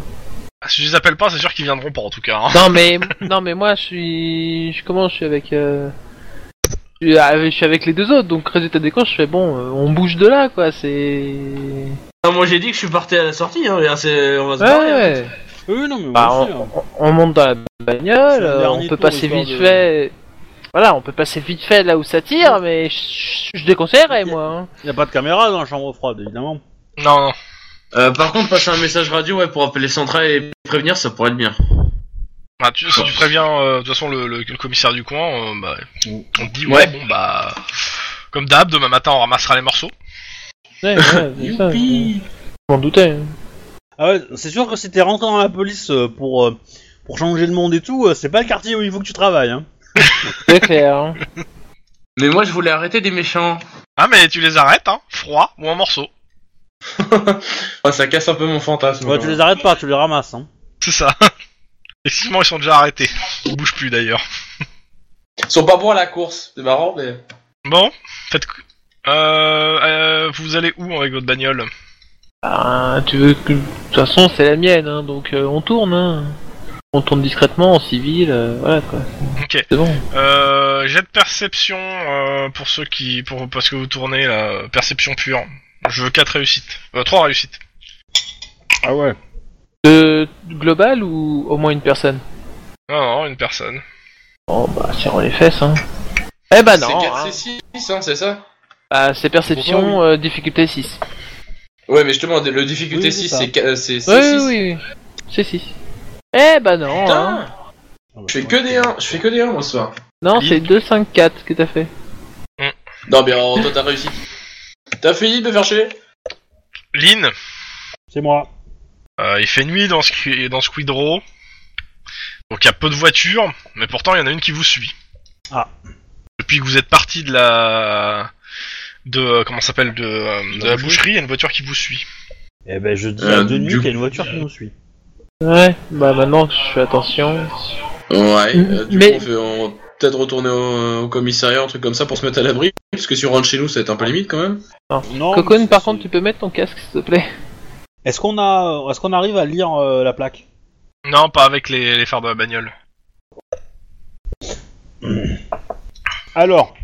Ah, Si je les appelle pas, c'est sûr qu'ils viendront pas en tout cas. hein. Non, mais, non, mais moi, je suis. Je commence, je suis avec. euh, Je suis avec- je suis avec les deux autres, donc résultat des courses, je fais bon, euh, on bouge de là, quoi, c'est. Ah, moi j'ai dit que je suis parti à la sortie, hein, et c'est- on va se Ouais, barrer. hein. ouais. Oui, non, mais Bah, moi aussi, hein. On, on monte dans la C'est bagnole, le euh, dernier on peut tour, passer histoire vite de- fait. Voilà, on peut passer vite fait là où ça tire, mais je, je déconseillerais, moi. hein. y a pas de caméra dans la chambre froide, évidemment. Non, non. Euh, par contre, passer un message radio ouais, pour appeler Central et prévenir, ça pourrait être bien. Bah, tu, si tu préviens, euh, de toute façon, le, le- le commissaire du coin, euh, bah, on te dit, ouais, Ouais. bon, bah. Comme d'hab, demain matin, on ramassera les morceaux. Ouais, ouais, c'est ça, je je m'en doutais. hein. Ah ouais, c'est sûr que si t'es rentré dans la police euh, pour, euh, pour changer le monde et tout, euh, c'est pas le quartier où il faut que tu travailles. Hein. C'est clair. hein. Mais moi je voulais arrêter des méchants. Ah, mais tu les arrêtes, hein, froid ou en morceaux. Ah, ça casse un peu mon fantasme. Ouais, quand tu même. les arrêtes pas, tu les ramasses. Hein. C'est ça. Effectivement, ils sont déjà arrêtés. Ils bougent plus d'ailleurs. Ils sont pas bons à la course, c'est marrant, mais. Bon, faites. cou- Euh, euh, vous allez où avec votre bagnole Ah, tu veux que... De toute façon, c'est la mienne, hein, donc euh, on tourne. Hein. On tourne discrètement, en civil, euh, voilà quoi. Ok. C'est bon. Euh, jet de perception euh, pour ceux qui, pour parce que vous tournez la perception pure. Je veux quatre réussites, euh, trois réussites. Ah ouais. Euh, global ou au moins une personne Non, non, une personne. Oh bah, tirons les fesses, hein. Eh Ah, bah non C'est hein. 4 C6, hein, c'est ça Ah, c'est perception, Pourquoi, euh, difficulté 6. Ouais, mais justement, le difficulté Oui, c'est 6, ça. c'est qu- euh, c'est Oui, 6. oui, oui. C'est 6. Eh bah non hein. Putain Ah bah, Je fais que des 1, je fais que des 1 moi ce soir. Non, c'est 2, 5, 4 que t'as fait. Non, mais en toi t'as réussi. T'as fini de me faire chier Lynn, C'est moi. euh, il fait nuit dans, Squi- dans Squid Row. Donc il y a peu de voitures, mais pourtant il y en a une qui vous suit. Ah. Depuis que vous êtes parti de la, de euh, comment ça s'appelle de, euh, de la boucherie, il y a une voiture qui vous suit. Eh ben je dis Euh, à deux nuits du- qu'il y a une voiture qui nous suit. Ouais, bah maintenant je fais attention. Ouais. Mm, Euh, Du mais- coup, on, fait- on va peut-être retourner au, au commissariat, un truc comme ça, pour se mettre à l'abri. Parce que si on rentre chez nous, ça va être un peu limite quand même. Non. Cocoon, mais par c'est- contre, tu peux mettre ton casque s'il te plaît Est-ce qu'on a, est-ce qu'on arrive à lire euh, la plaque Non, pas avec les, les phares de la bagnole. Alors,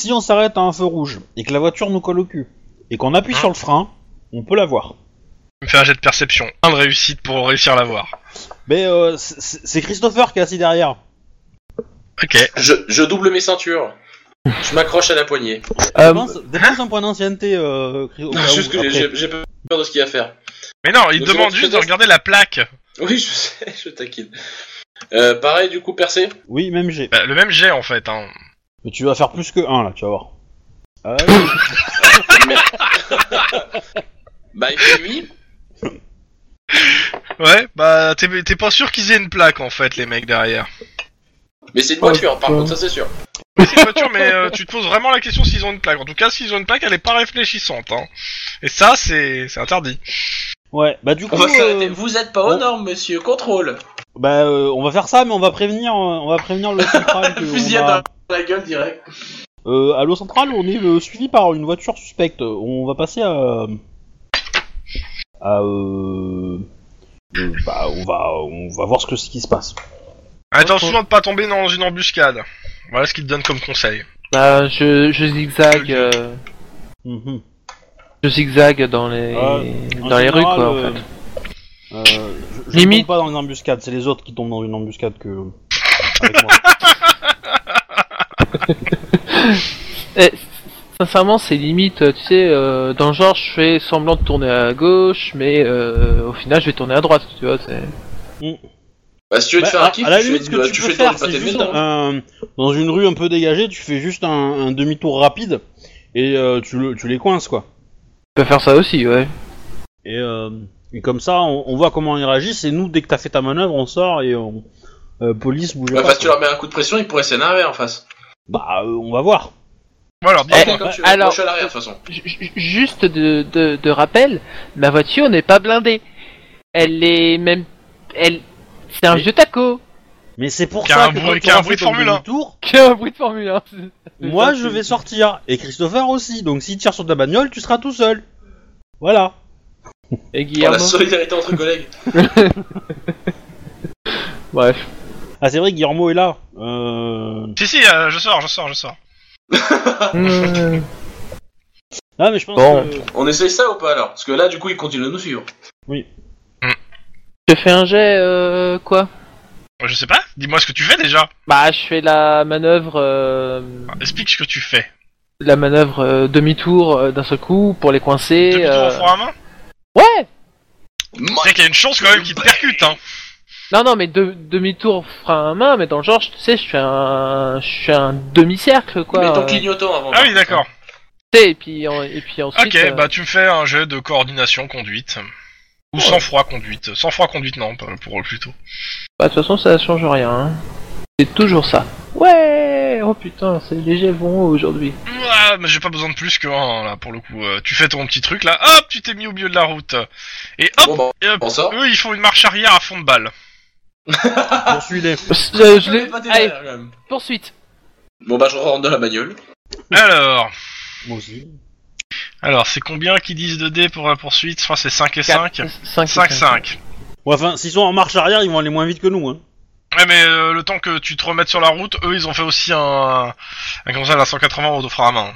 si on s'arrête à un feu rouge et que la voiture nous colle au cul et qu'on Ah. appuie sur le frein, on peut la voir. Il me fait un jet de perception, un de réussite pour réussir à la voir. Mais euh, c'est- c'est c'est Christopher qui est assis derrière. Ok. Je, je double mes ceintures. Je m'accroche à la poignée. Dépense, dépense un point d'ancienneté. Euh, Chris- au Ah cas Juste où, que après. j'ai j'ai peur de ce qu'il y a à faire. Mais non, il Donc, demande c'est juste de bon, je regarder la plaque. Oui, je sais, je taquine. Euh, pareil, du coup, percé Oui, même j'ai. Bah, le même jet en fait. Hein. Mais tu vas faire plus que 1 là, tu vas voir. Ah, Bah, il fait nuit. Ouais, bah t'es t'es pas sûr qu'ils aient une plaque en fait, les mecs derrière. Mais c'est une Oh, voiture, par contre, ça c'est sûr. Oui, c'est une voiture, mais euh, tu te poses vraiment la question s'ils ont une plaque. En tout cas, s'ils ont une plaque, elle est pas réfléchissante. Hein. Et ça, c'est c'est interdit. ouais, bah du coup, euh, Vous êtes pas Oh. aux bon. normes, monsieur, contrôle. bah, euh, on va faire ça, mais on va prévenir, euh, on va prévenir le central. que on Fusillade va- hein. La gueule direct. Euh, à l'eau centrale, on est euh, suivi par une voiture suspecte. On va passer à. à. euh, euh, bah, on va, on va voir ce, que, ce qui se passe. Attention de pas tomber dans une embuscade. Voilà ce qu'il te donne comme conseil. Bah, je, je zigzague, euh, Mhm. je zigzague dans les, Ah, En dans les rues général, quoi en euh, fait. euh, je, je Limite. tombe pas dans une embuscade, c'est les autres qui tombent dans une embuscade que. avec moi. Eh, sincèrement, c'est limite, euh, tu sais, euh, dans le genre, je fais semblant de tourner à gauche, mais euh, au final, je vais tourner à droite, tu vois. c'est- Bah, si tu veux te Bah, faire à- un kiff, à la tu, limite, fais, ce que bah, tu, tu peux fais tourner faire, le c'est pâté de juste dedans. un- dans une rue un peu dégagée, tu fais juste un, un demi-tour rapide et euh, tu, le, tu les coinces quoi. Tu peux faire ça aussi, ouais. Et, euh, et comme ça, on, on voit comment ils réagissent et nous, dès que t'as fait ta manœuvre, on sort et on euh, police bouge. Bah, pas, parce que tu quoi. leur mets un coup de pression, ils pourraient s'énerver en face. Bah, euh, on va voir. Bon alors, dis- Ok, comme tu veux. Eh, alors- Moi, je suis à l'arrière, de toute façon. Ju- ju- Juste de, de, de rappel, ma voiture n'est pas blindée. Elle est même. Elle. C'est un Mais- jeu taco Mais c'est pour Qu'il y a ça un que bruit- quand tu qu'il y a un auras bruit fait de ton Formule hein. un. demi-tour, Qui a un bruit de Formule 1. moi je vais sortir et Christopher aussi. Donc s'il tire sur ta bagnole, tu seras tout seul. Voilà. Et Pour Guillermo la solidarité entre collègues. Bref. Ah, c'est vrai que Guillermo est là. Euh... si si, euh, je sors, je sors, je sors. Mmh. Ah, mais je pense Bon. que. On essaye ça ou pas alors Parce que là, du coup, ils continuent de nous suivre. Je fais un jet, euh, quoi Euh, Je sais pas. Dis-moi ce que tu fais déjà. Bah, je fais la manœuvre. euh, Explique ce que tu fais. la manœuvre euh, demi-tour euh, d'un seul coup pour les coincer. T'as plutôt euh, au four à main. Ouais C'est qu'il y a une chance quand même qu'ils te percutent. Hein. Non, non, mais de- demi-tour frein à main, mais dans le genre, tu sais, je fais un, je fais un demi-cercle, quoi. Mets ton euh, clignotant avant. Ah oui, d'accord. tu sais, et puis, en- et puis bah, ensuite... Ok, euh, bah tu me fais un jeu de coordination conduite. Ou sans froid conduite. Sans froid conduite, non, pas pour eux plutôt. bah, de toute façon, ça change rien. hein. C'est toujours ça. Ouais Oh putain, c'est léger le bon haut aujourd'hui. Ah, mais j'ai pas besoin de plus que un, là, pour le coup. Euh, tu fais ton petit truc, là, hop, tu t'es mis au milieu de la route. Et hop, Bon, bah, et hop, on sort. eux, ils font une marche arrière à fond de balle. Poursuis-les. Euh, Je, je l'ai- Pas tes Allez, nerfs, quand même. poursuite. Bon bah je rentre dans la bagnole. Alors, Moi aussi. alors c'est combien qui disent 2 dés pour la poursuite Je crois que c'est 5 et 5. 5, 5, 5. Ouais, enfin, s'ils sont en marche arrière, ils vont aller moins vite que nous. Hein. Ouais, mais euh, le temps que tu te remettes sur la route, eux, ils ont fait aussi un. Un comme ça, à 180 au frère à main.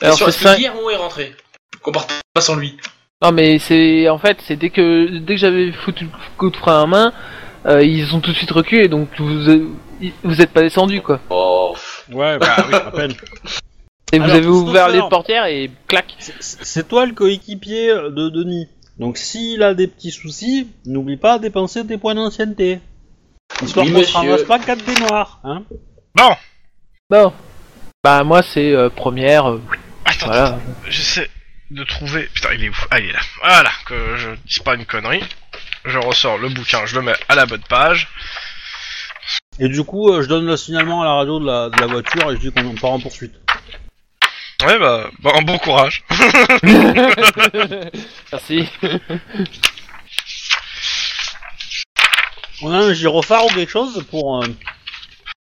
Alors, Sur- c'est est-ce que cinq- Guillermo est rentré. Qu'on parte pas sans lui. Non mais c'est en fait c'est dès que dès que j'avais foutu le coup de frein à main, euh, ils ont tout de suite reculé donc vous vous êtes pas descendu quoi. Oh. Ouais, Ah, oui. à peine. Et vous Alors, avez ouvert les Christopher. portières et clac. C'est- C'est toi le coéquipier de Denis. Donc s'il a des petits soucis, n'oublie pas de dépenser tes points d'ancienneté. Histoire Oui, qu'on se monsieur. ramasse pas 4 dés noirs. Hein Bon, Bon. Bah moi c'est euh, première. euh, attends, voilà. j'essaie de trouver. Putain, il est où Ah, il est là. Voilà, que je dis pas une connerie. Je ressors le bouquin, je le mets à la bonne page. Et du coup, euh, je donne le signalement à la radio de la, de la voiture et je dis qu'on part en poursuite. Ouais, bah, bah, un bon courage. Merci. On a un gyrophare ou quelque chose pour... euh,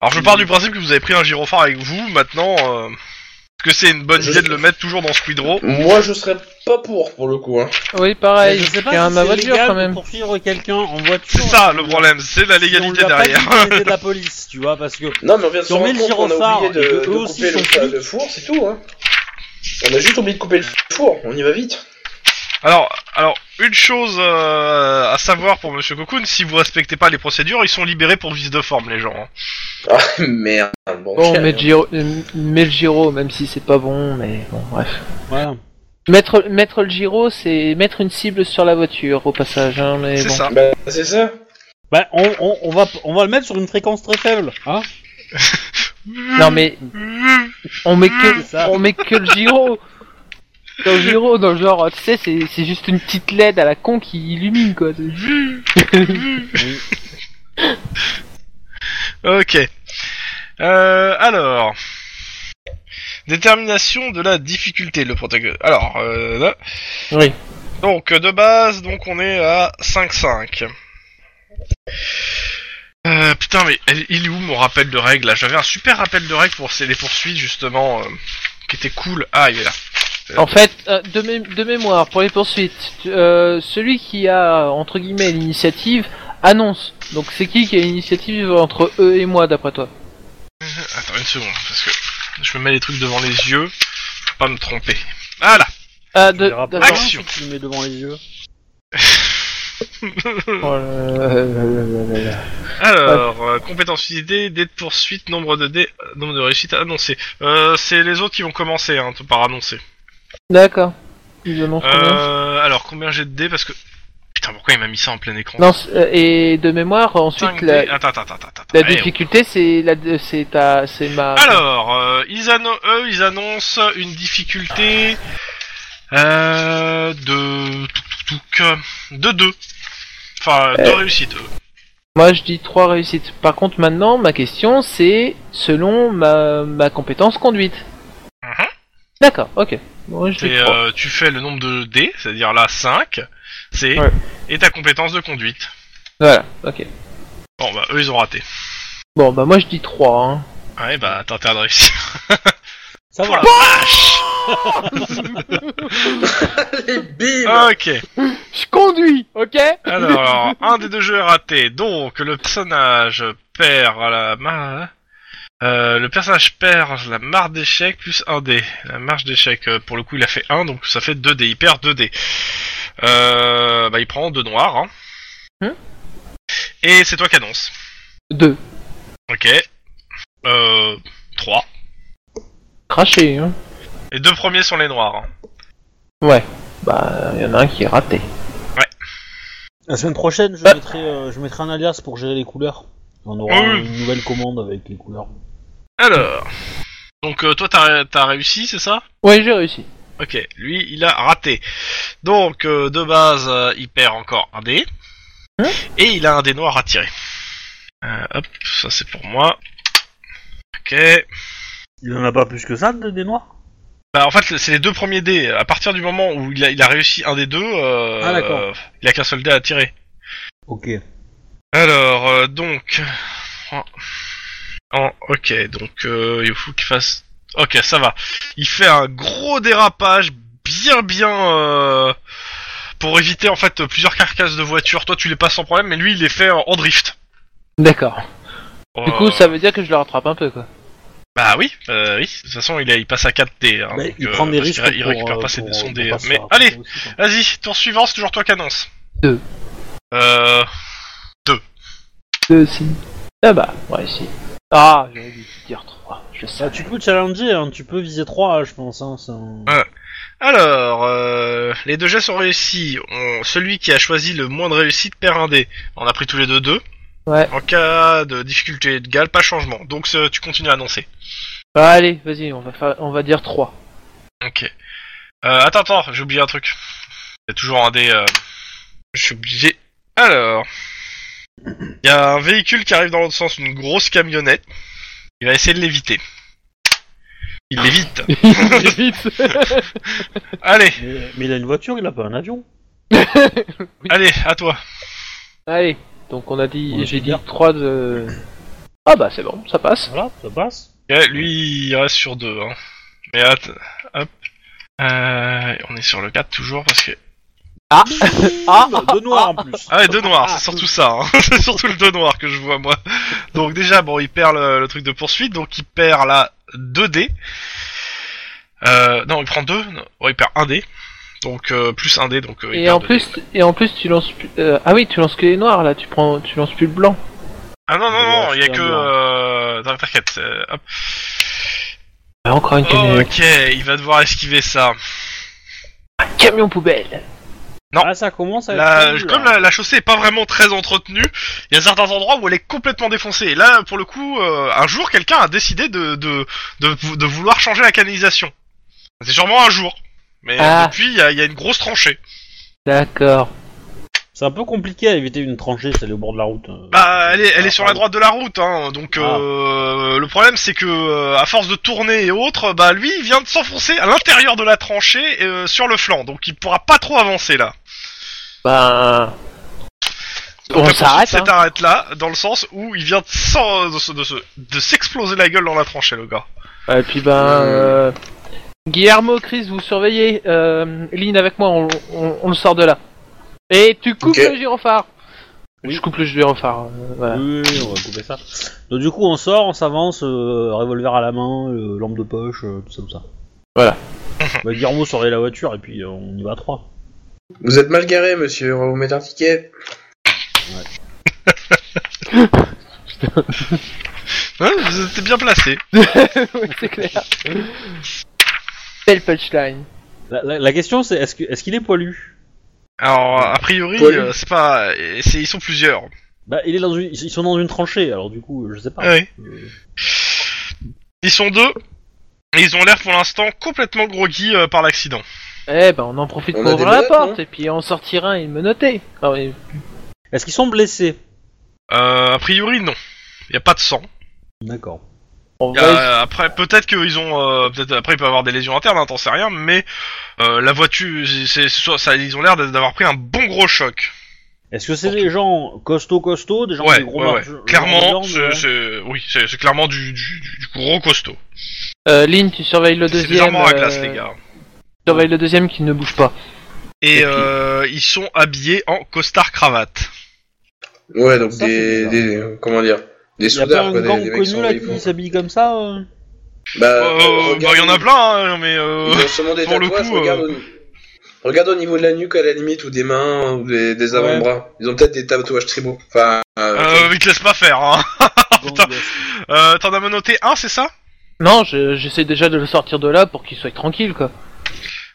Alors, je pars du principe que vous avez pris un gyrophare avec vous, maintenant. euh, Est-ce que c'est une bonne Je- idée de le mettre toujours dans Squidro Moi, je serais pas pour, pour le coup. Hein. Oui mais pareil. je sais pas Il y a si ma c'est voiture légal quand de même. poursuivre quelqu'un en voiture. euh, C'est ça le problème, c'est la Si on légalité lui a pas dit derrière. qu'il était de la police, tu vois, parce que... Non, mais on vient de Si se on met rendre le compte qu'on a gyrophare oublié de, et que de eux aussi couper sont le, flics. le four, c'est tout. Hein. On a juste oublié de couper le four. On y va vite. Alors, alors une chose euh, à savoir pour Monsieur Cocoon, si vous respectez pas les procédures, ils sont libérés pour vice de forme, les gens. hein. Ah, merde. Bon, Bon tiens, mais Giro, euh, mets le Giro même si c'est pas bon mais bon bref. Voilà. Mettre mettre le Giro c'est mettre une cible sur la voiture au passage hein mais C'est bon. ça. Bah, c'est ça. Bah, on, on- on va, on va le mettre sur une fréquence très faible. Hein Non mais on met que C'est ça. on met que le gyro. Dans le gyro, dans le genre, tu sais, c'est c'est juste une petite LED à la con qui illumine quoi. Ok. Euh, alors. Détermination de la difficulté, le protocole. Alors, euh, là. Oui. Donc, euh, de base, donc on est à 5-5. Euh, putain, mais elle- il est où mon rappel de règle là J'avais un super rappel de règle pour ces- les poursuites, justement, euh, qui était cool. Ah, il est là. En fait, euh, de, mé- de mémoire, pour les poursuites, tu- euh, celui qui a entre guillemets l'initiative annonce. Donc c'est qui qui a l'initiative entre eux et moi d'après toi Attends une seconde, parce que je me mets les trucs devant les yeux, faut pas me tromper. Voilà Ah, Tu de, verras pas d'accord. Action. si tu le mets devant les yeux. Euh, Alors, euh, compétence idée, dés de poursuite, nombre de dés, euh, nombre de réussites annoncées. Euh, c'est les autres qui vont commencer hein, t- par annoncer. D'accord. Ils annoncent combien Euh, alors, combien j'ai de dés Parce que. Putain, pourquoi il m'a mis ça en plein écran Non, c'est- euh, et de mémoire, ensuite Cinq la, dés. Attends, attends, attends, attends. la attends, eh, difficulté c'est la c'est ta c'est ma Alors, euh, ils anno- eux, ils annoncent une difficulté euh, de de 2. Enfin, Euh, de réussite. Moi je dis trois réussites. Par contre maintenant ma question c'est selon ma, ma compétence conduite. Mhm. D'accord, ok. Moi je dis C'est, trois. euh, tu fais le nombre de dés, c'est-à-dire là 5, c'est Ouais. et ta compétence de conduite. Voilà, ok. Bon bah eux ils ont raté. Bon bah moi je dis trois. Hein. Ouais bah t'as intérêt de réussir. Ça Oh va. Allez, bim Ah, Ah. ok. Je conduis, ok Alors un des deux jeux est raté. Donc le personnage perd la ma- euh, le personnage perd la marge d'échec plus un dé. La marge d'échec euh, pour le coup il a fait 1 donc ça fait 2 dés. Il perd 2 dés. Euh, bah il prend 2 noirs. hein. Hein Et c'est toi qui annonce. Deux. Ok. Euh 3. Craché, hein. Les deux premiers sont les noirs. hein. Bah y en a un qui est raté. La semaine prochaine, je Bah. Ah. mettrai, euh, je mettrai un alias pour gérer les couleurs. On aura Ah oui. une nouvelle commande avec les couleurs. Alors. Donc euh, toi t'as t'as réussi, c'est ça Ouais j'ai réussi. Ok, lui il a raté. Donc euh, de base euh, il perd encore un dé. Hein et il a un dé noir à tirer. Euh, hop, ça c'est pour moi. Ok. Il en a pas plus que ça de des noirs Bah en fait c'est les deux premiers dés. À partir du moment où il a, il a réussi un des deux, euh, Ah, d'accord. euh, il a qu'un seul dé à tirer. Ok. Alors, euh, donc... en- ok, donc euh, il faut qu'il fasse... Ok, ça va. Il fait un gros dérapage, bien bien... euh, pour éviter en fait plusieurs carcasses de voitures. Toi tu les passes sans problème, mais lui il les fait en, en drift. D'accord. Du coup, Euh, ça veut dire que je le rattrape un peu, quoi. Bah oui, euh, oui. De toute façon il, a- il passe à 4D. hein, Mais donc, Bah, il euh, prend des parce risques. qu'il- Il, pour, récupère euh, pas ses- pour- son pour dé. pas se Mais faire allez, attraper aussi, quoi. Vas-y, tour suivant, c'est toujours toi qui annonce. Deux. Euh. Deux, si. Ah bah, ouais, si. Ah, j'aurais dû dire trois. Je sais. Bah, tu peux challenger, hein, tu peux viser 3, je pense. Hein, ça- Alors, euh, les deux jets sont réussis. On- Celui qui a choisi le moins de réussite perd un dé. On a pris tous les deux deux. Ouais. En cas de difficulté égale, pas changement. Donc c'est- tu continues à annoncer. Bah, allez, vas-y, on va faire, on va dire trois. Ok. Euh, attends, attends, j'ai oublié un truc. Il y a toujours un dé. euh, Je suis obligé. Alors. Il y a un véhicule qui arrive dans l'autre sens, une grosse camionnette. Il va essayer de l'éviter. Il l'évite. Vite. Allez, Mais, mais il a une voiture, il a pas un avion. allez, à toi. allez. Donc, on a dit, On j'ai dit espère. trois de. Ah bah, c'est bon, ça passe. Voilà, ça passe. Ouais, Eh, lui, il reste sur 2. Hein. Mais att- hop. Euh, on est sur le 4 toujours parce que. Ah, Deux noirs en plus. Ah ouais, 2 noirs, c'est surtout ça. Hein. c'est surtout le 2 noir que je vois moi. Donc déjà, bon, il perd le, le truc de poursuite, donc il perd là 2 dés. Euh, non, il prend 2, ouais, il perd 1 dé. Donc euh, plus 1 dé, donc. euh, il Et perd en deux plus, dés. et en plus, tu lances. plus- euh, ah oui, tu lances que les noirs là. Tu prends, tu lances plus le blanc. Ah non, non, non, il y a que. Il doit Euh... non, T'inquiète, euh, hop. Bah, encore Ah, une camionnette. Ok, il va devoir esquiver ça. Camion poubelle. Non. Ah, ça commence à être. La- tendu, comme là. la, la chaussée est pas vraiment très entretenue, il y a certains endroits où elle est complètement défoncée. Et là, pour le coup, euh, un jour, quelqu'un a décidé de, de, de, de vouloir changer la canalisation. C'est sûrement un jour. Mais euh, Ah. depuis, il y a, il y a une grosse tranchée. D'accord. C'est un peu compliqué à éviter une tranchée si elle est au bord de la route. euh. Bah, elle est, elle est Ah, sur la pardon. droite de la route, hein. Donc, Ah. euh, le problème, c'est que, euh, à force de tourner et autres, bah, lui, il vient de s'enfoncer à l'intérieur de la tranchée, euh, sur le flanc. Donc, il pourra pas trop avancer, là. Ben. On Donc, la poursuite s'arrête. hein. s'arrête là, dans le sens où il vient de s'en- de se- de se- de s'exploser la gueule dans la tranchée, le gars. hein. Et puis ben. euh, Guillermo, Chris, vous surveillez. Euh, Lynn avec moi, on, on- on le sort de là. Et tu coupes Ok. le gyrophare. Je coupe le gyrophare. euh, voilà. Oui, oui, on va couper ça. Donc, du coup, on sort, on s'avance, euh, revolver à la main, euh, lampe de poche, euh, tout ça, tout ça. Voilà. Bah, Guillermo sortait la voiture et puis euh, on y va à 3. Vous êtes mal garé, monsieur, on va vous mettre un ticket. Hein, vous étiez bien placé. Oui, c'est clair. Belle punchline. La, la- la question, c'est est-ce que- est-ce qu'il est, poilu Alors, a priori, Paul. euh, c'est pas. et c'est- Ils sont plusieurs. Bah, il est dans une, ils sont dans une tranchée, alors du coup, je sais Ah pas. Oui. Euh, Ils sont deux. Et ils ont l'air pour l'instant complètement groggy euh, par l'accident. Eh ben, on en profite On pour a des hein. ouvrir la menottes, porte non et puis en sortir un et me noter. Ah oui. Est-ce qu'ils sont blessés Euh, a priori, non. Y a pas de sang. D'accord. On Y Ah, va a- euh, après, peut-être qu'ils ont. euh, peut-être après, ils peuvent avoir des lésions internes, hein, t'en sais rien. Mais euh, la voiture, c'est- c'est soit- ça, ils ont l'air d'avoir pris un bon gros choc. Est-ce que c'est des gens costauds costauds, des gens ouais, avec des euh, gros ouais, marges- ouais. marges Clairement, d'orne, c'est, ouais c'est- oui, c'est, c'est clairement du, du- du gros costaud. Euh, Lynn, tu surveilles le c'est des deuxième. armoires à euh, glace, les gars. Tu surveilles le deuxième qui ne bouge pas. Et, Et puis- euh, ils sont habillés en costard cravate. Ouais, donc Ça, des, c'est des. euh, Comment dire Des Y a pas soudards, un quoi, gang des, des mecs connu sans là briques, qui quoi. s'habille comme ça euh Il Bah, euh, bah, y en a regarde- plein, hein, mais euh, Ils ont sûrement des pour le tatouages, coup, regarde, euh, au... regarde au niveau de la nuque à la limite, ou des mains, ou des, des avant-bras. Ils ont peut-être des tatouages tribaux. Enfin, euh, euh, ils te laissent pas faire. Hein. Putain. Gang de- Euh, T'en as menotté un, c'est ça Non, je- j'essaie déjà de le sortir de là pour qu'il soit tranquille, quoi.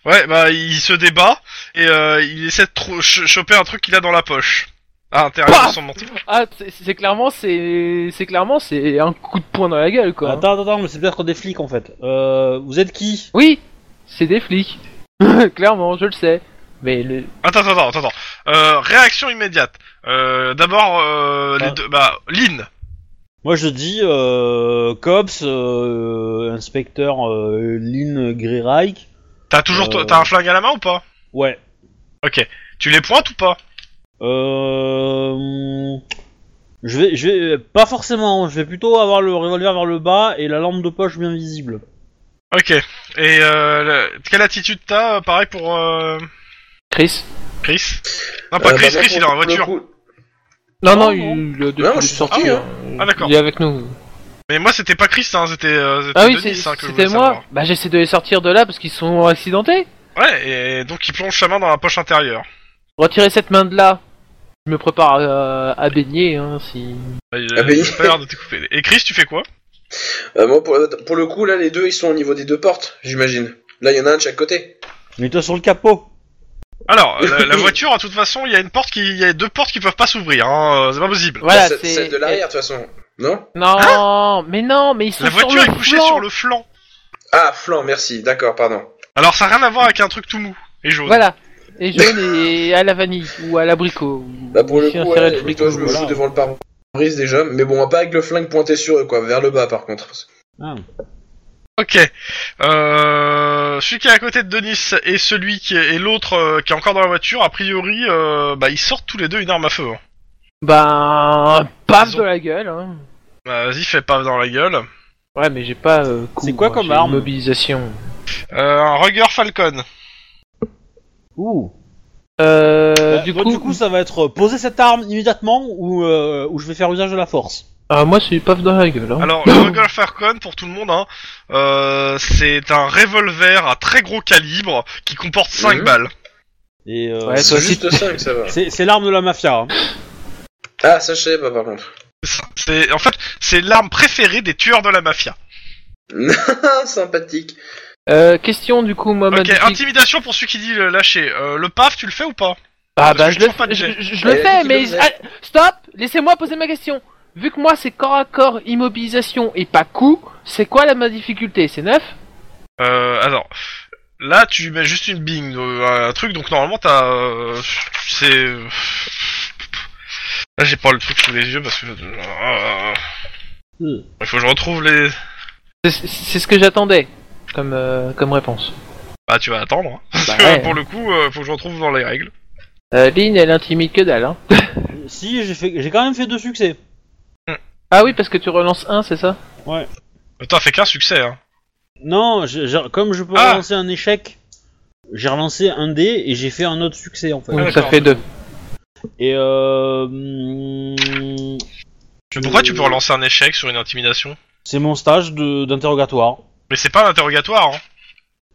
Ouais, bah il se débat et euh, il essaie de trou- ch- choper un truc qu'il a dans la poche. À l'intérieur de son manteau. Ah, c'est- c'est clairement, c'est c'est clairement, c'est un coup de poing dans la gueule, quoi. Attends, attends, attends, mais c'est peut-être des flics en fait. Euh, vous êtes qui Oui, c'est des flics. clairement, je le sais. Mais le... Attends, attends, attends, attends. Euh, réaction immédiate. Euh, D'abord, euh, les Ah. deux. Bah, Lynn. Moi je dis euh, cops, euh, inspecteur euh, Lynn Greyreich. T'as toujours, Euh. t'as un flingue à la main ou pas Ouais. Tu les pointes ou pas Euh, Je vais, je vais, pas forcément, hein. je vais plutôt avoir le revolver vers le bas et la lampe de poche bien visible. Ok. Et euh, la- quelle attitude t'as euh, Pareil pour euh, Chris Chris Non, pas Euh, Chris, bah, Chris, il est en pour le voiture. coup- Non, Non, non, il, il a depuis Non, il je est suis sorti. sorti, hein. Ah, d'accord. Il est avec nous. Mais moi, c'était pas Chris, hein, c'était euh, c'était Ah oui, c'est- Denis hein, que je c'était voulais moi. savoir. Bah j'essaie de les sortir de là parce qu'ils sont accidentés. Ouais, et donc il plonge sa main dans la poche intérieure. Retirer cette main de là. Je me prépare euh, à baigner, hein, si... Bah, Il Ah, a bah, il- pas l'air de te couper. Et Chris, tu fais quoi Euh, moi, pour, pour le coup, là, les deux, ils sont au niveau des deux portes, j'imagine. Là, il y en a un de chaque côté. Mais toi sur le capot. Alors, la, la voiture, en toute façon, il y a une porte qui, il y a deux portes qui peuvent pas s'ouvrir. Hein, euh, c'est pas possible. Voilà, Bah, ce- c'est... celle de l'arrière, de toute façon. Non Non, Hein mais non, mais ils sont La sur voiture le est couchée flanc. sur le flanc. Ah, flanc, merci. D'accord, pardon. Alors, ça n'a rien à voir avec un truc tout mou et jaune. Voilà. Et jaune et à la vanille ou à l'abricot. Bah, pour le Chien coup, serré ouais, le mais toi, je me voilà. fous devant le pare-brise déjà. Mais bon, pas avec le flingue pointé sur eux, quoi. Vers le bas, par contre. Ah. Ok. Euh, celui qui est à côté de Denis et celui qui est, et l'autre euh, qui est encore dans la voiture, a priori, euh, bah, ils sortent tous les deux une arme à feu. hein. Ben, paf Ils ont- de la gueule. Hein. Bah, vas-y, fais pas dans la gueule. Ouais, mais j'ai pas. euh, coup, C'est quoi moi, comme j'ai arme une Mobilisation. Euh, un Ruger Falcon. Ouh. Euh, Bah, du, bon, coup, ça va être euh, poser cette arme immédiatement ou, euh, ou je vais faire usage de la force. Ah, moi c'est paf dans la gueule. Hein. Alors, le Ruger Falcon, pour tout le monde, hein, euh, c'est un revolver à très gros calibre qui comporte 5 Mhm. balles. Et euh, Ouais, C'est toi aussi, juste 5, ça va. c'est c'est l'arme de la mafia. hein. Ah, ça, je savais pas, par contre. C'est, en fait, c'est l'arme préférée des tueurs de la mafia. Ah, sympathique. Euh, question du coup, Mohamed. Ok, Boutique. intimidation pour celui qui dit le lâcher. Euh, le paf, tu le fais ou pas ah parce bah que je je le, trouve pas de je, jet. je- je le Elle a fais, dit mais qu'il le ah, stop, laissez-moi poser ma question. Vu que moi c'est corps à corps, immobilisation et pas coup, c'est quoi la ma difficulté C'est 9 Euh, alors, là, tu mets juste une bing, euh, un truc, donc normalement, t'as... euh, c'est... Là, j'ai pas le truc sous les yeux, parce que... euh, Hmm. Il faut que je retrouve les... C'est c'est ce que j'attendais comme euh, comme réponse. Bah, tu vas attendre, hein. Bah, Parce que, ouais. pour le coup, euh, faut que je retrouve dans les règles. Euh, Lynn, elle intimide que dalle. Hein. si j'ai fait, j'ai quand même fait deux succès. Ah oui, parce que tu relances un, c'est ça Euh, T'as fait qu'un succès, hein. Non, j'ai- j'ai- comme je peux Ah. relancer un échec, j'ai relancé un dé et j'ai fait un autre succès en fait. Donc ça d'accord. fait deux. Et euh, hmm, Mais Pourquoi Euh. tu peux relancer un échec sur une intimidation c'est mon stage de- d'interrogatoire. Mais c'est pas un interrogatoire, hein.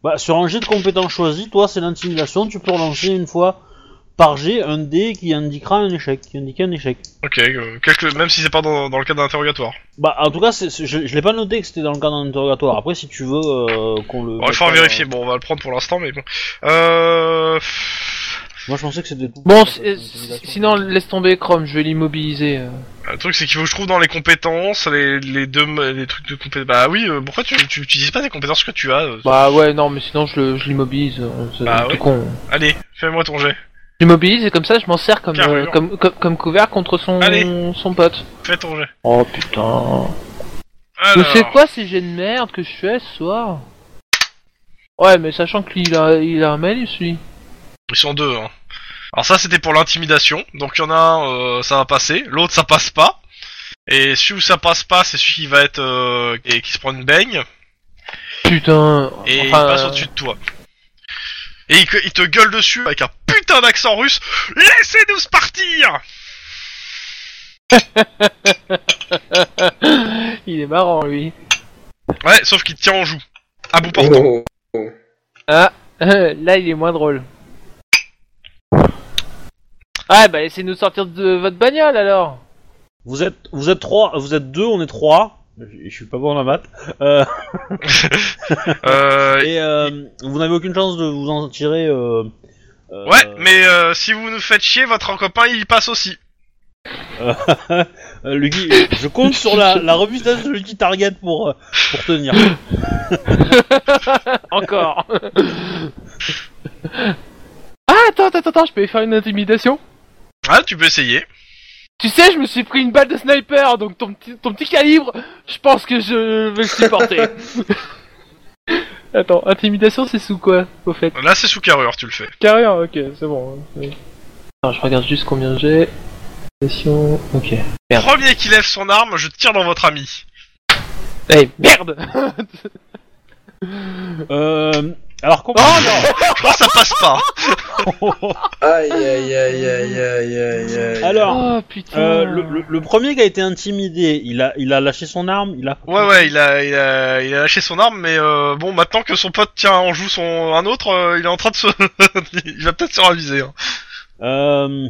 Bah, sur un jet de compétence choisi, toi, c'est l'intimidation. Tu peux relancer une fois par jet un dé qui indiquera un échec. Qui indique un échec. Ok, euh, quelque... même si c'est pas dans, dans le cadre d'un interrogatoire. Bah, en tout cas, c'est- c'est- je, je l'ai pas noté que c'était dans le cadre d'un interrogatoire. Après, si tu veux euh, qu'on le. Bon, il faut en vérifier, bon, on va le prendre pour l'instant, mais bon. Euh... Moi, je pensais que c'était tout. Bon, Ça, si- c'est euh, l'intimidation. sinon laisse tomber Chrome, je vais l'immobiliser. euh. Le truc, c'est qu'il faut que je trouve dans les compétences, les, les deux, les trucs de compétences. Bah oui, euh, pourquoi tu, tu utilises pas des compétences que tu as euh, Bah ouais, non, mais sinon je le- je l'immobilise. euh, C'est Bah tout ouais. con. Allez, fais-moi ton jet. J'immobilise et comme ça je m'en sers comme, Carrure. euh, comme, comme, comme couvert contre son, Allez. son pote. Fais ton jet. Oh putain. Mais Alors, c'est quoi ces jets de merde que je fais ce soir Ouais, mais sachant qu'il a, il a un malus lui. ils sont deux. Hein. Alors ça, c'était pour l'intimidation. Donc il y en a un, euh, ça va passer. L'autre, ça passe pas. Et celui où ça passe pas, c'est celui qui va être euh, et qui se prend une baigne Putain. et il enfin, passe euh, au-dessus de toi. Et il, que- il te gueule dessus avec un putain d'accent russe. Laissez-nous partir. il est marrant lui. Ouais, sauf qu'il te tient en joue. À bout portant. Oh, Là il est moins drôle. Ah bah laissez-nous sortir de votre bagnole alors. Vous êtes, vous êtes trois, vous êtes deux, on est trois. Je je suis pas bon en la maths. Euh, Euh, et euh, vous n'avez aucune chance de vous en tirer. euh, euh, Ouais, mais euh, si vous nous faites chier, votre copain il y passe aussi. euh, le gui- je compte sur la, la robustesse de Lucky Target pour, euh, pour tenir. Encore. ah attends attends attends, je peux lui faire une intimidation. Ah, tu peux essayer. Tu sais, je me suis pris une balle de sniper, donc ton petit, ton petit calibre, je pense que je vais le supporter. Attends, intimidation, c'est sous quoi, au fait hein, Là, c'est sous carrure, tu le fais. Carrure, ok, c'est bon. Attends, je regarde juste combien j'ai. Station. Ok. Merde. Premier qui lève son arme, je tire dans votre ami. Eh, merde Euh, alors comment Oh Je pense que ça passe pas. Aïe, aïe, aïe, aïe, aïe, aïe, aïe. Alors, Oh putain euh, le, le- le premier qui a été intimidé, il a, il a lâché son arme, il a. Ouais, ouais, il a, il a, il a lâché son arme, mais euh, bon, maintenant que son pote tient en joue son, un autre, euh, il est en train de se. il va peut-être se raviser. hein. Euh,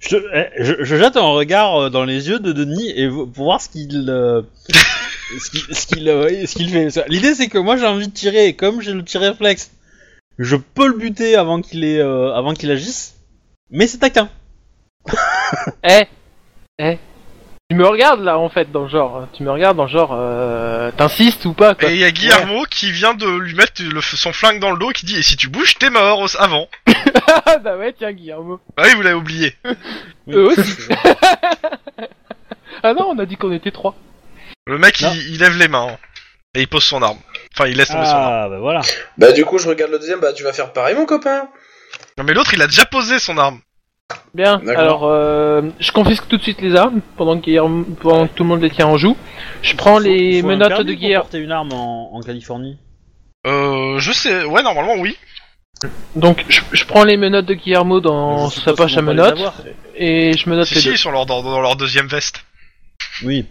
je, eh, je- je jette un regard euh, dans les yeux de Denis et vo- pour voir ce qu'il. euh, ce qu'il- ce qu'il euh, ce qu'il fait. L'idée c'est que moi j'ai envie de tirer et comme j'ai le tir réflexe, je peux le buter avant qu'il ait, euh, avant qu'il agisse, mais c'est taquin. Eh Eh Tu me regardes là en fait dans le genre. hein. Tu me regardes dans le genre. Euh, T'insistes ou pas quoi Et il y a Guillermo qui vient de lui mettre le, son flingue dans le dos qui dit Et si tu bouges, t'es mort au- avant. Ah bah ouais, tiens Guillermo. Bah oui, vous l'avez oublié. Oui. Eux aussi Ah non, on a dit qu'on était trois. Le mec, Non. il, il lève les mains. hein. Et il pose son arme. Enfin, il laisse tomber son arme. Ah bah voilà. Bah, du coup, je regarde le deuxième, bah, tu vas faire pareil, mon copain. Non, mais l'autre, il a déjà posé son arme. Bien, D'accord. alors euh, je confisque tout de suite les armes pendant que, Guillermo- pendant que tout le monde les tient en joue. Je prends Faut- les faut un menottes permis de pour Guillermo. porter une arme en, en Californie. Euh, je sais, ouais, normalement, oui. Donc je, je prends les menottes de Guillermo dans Je sa suppose poche à qu'ils vont pas les menottes avoir. et je menote Si, les si, deux. ils sont leur- dans, dans leur deuxième veste. Oui.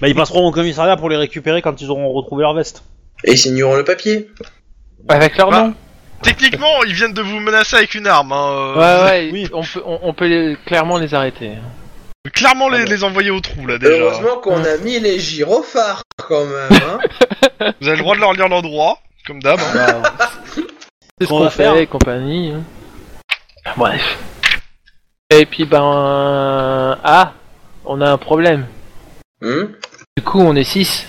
bah ils passeront au commissariat pour les récupérer quand ils auront retrouvé leur veste. Et signeront le papier. Avec leur Ah, Bah, nom. Techniquement, ils viennent de vous menacer avec une arme. Hein. euh, Ouais, ouais, oui. on peut, on, on peut les- clairement les arrêter. Clairement, Ah, les, bah. Ouais. les envoyer au trou, là, déjà. Heureusement qu'on a mis les gyrophares, quand même, hein. Vous avez le droit de leur lire l'endroit, comme d'hab. hein. C'est ce Qu'on qu'on va fait faire. et compagnie. hein. Bref. Et puis ben... Ah On a un problème. Hum Du coup on est 6.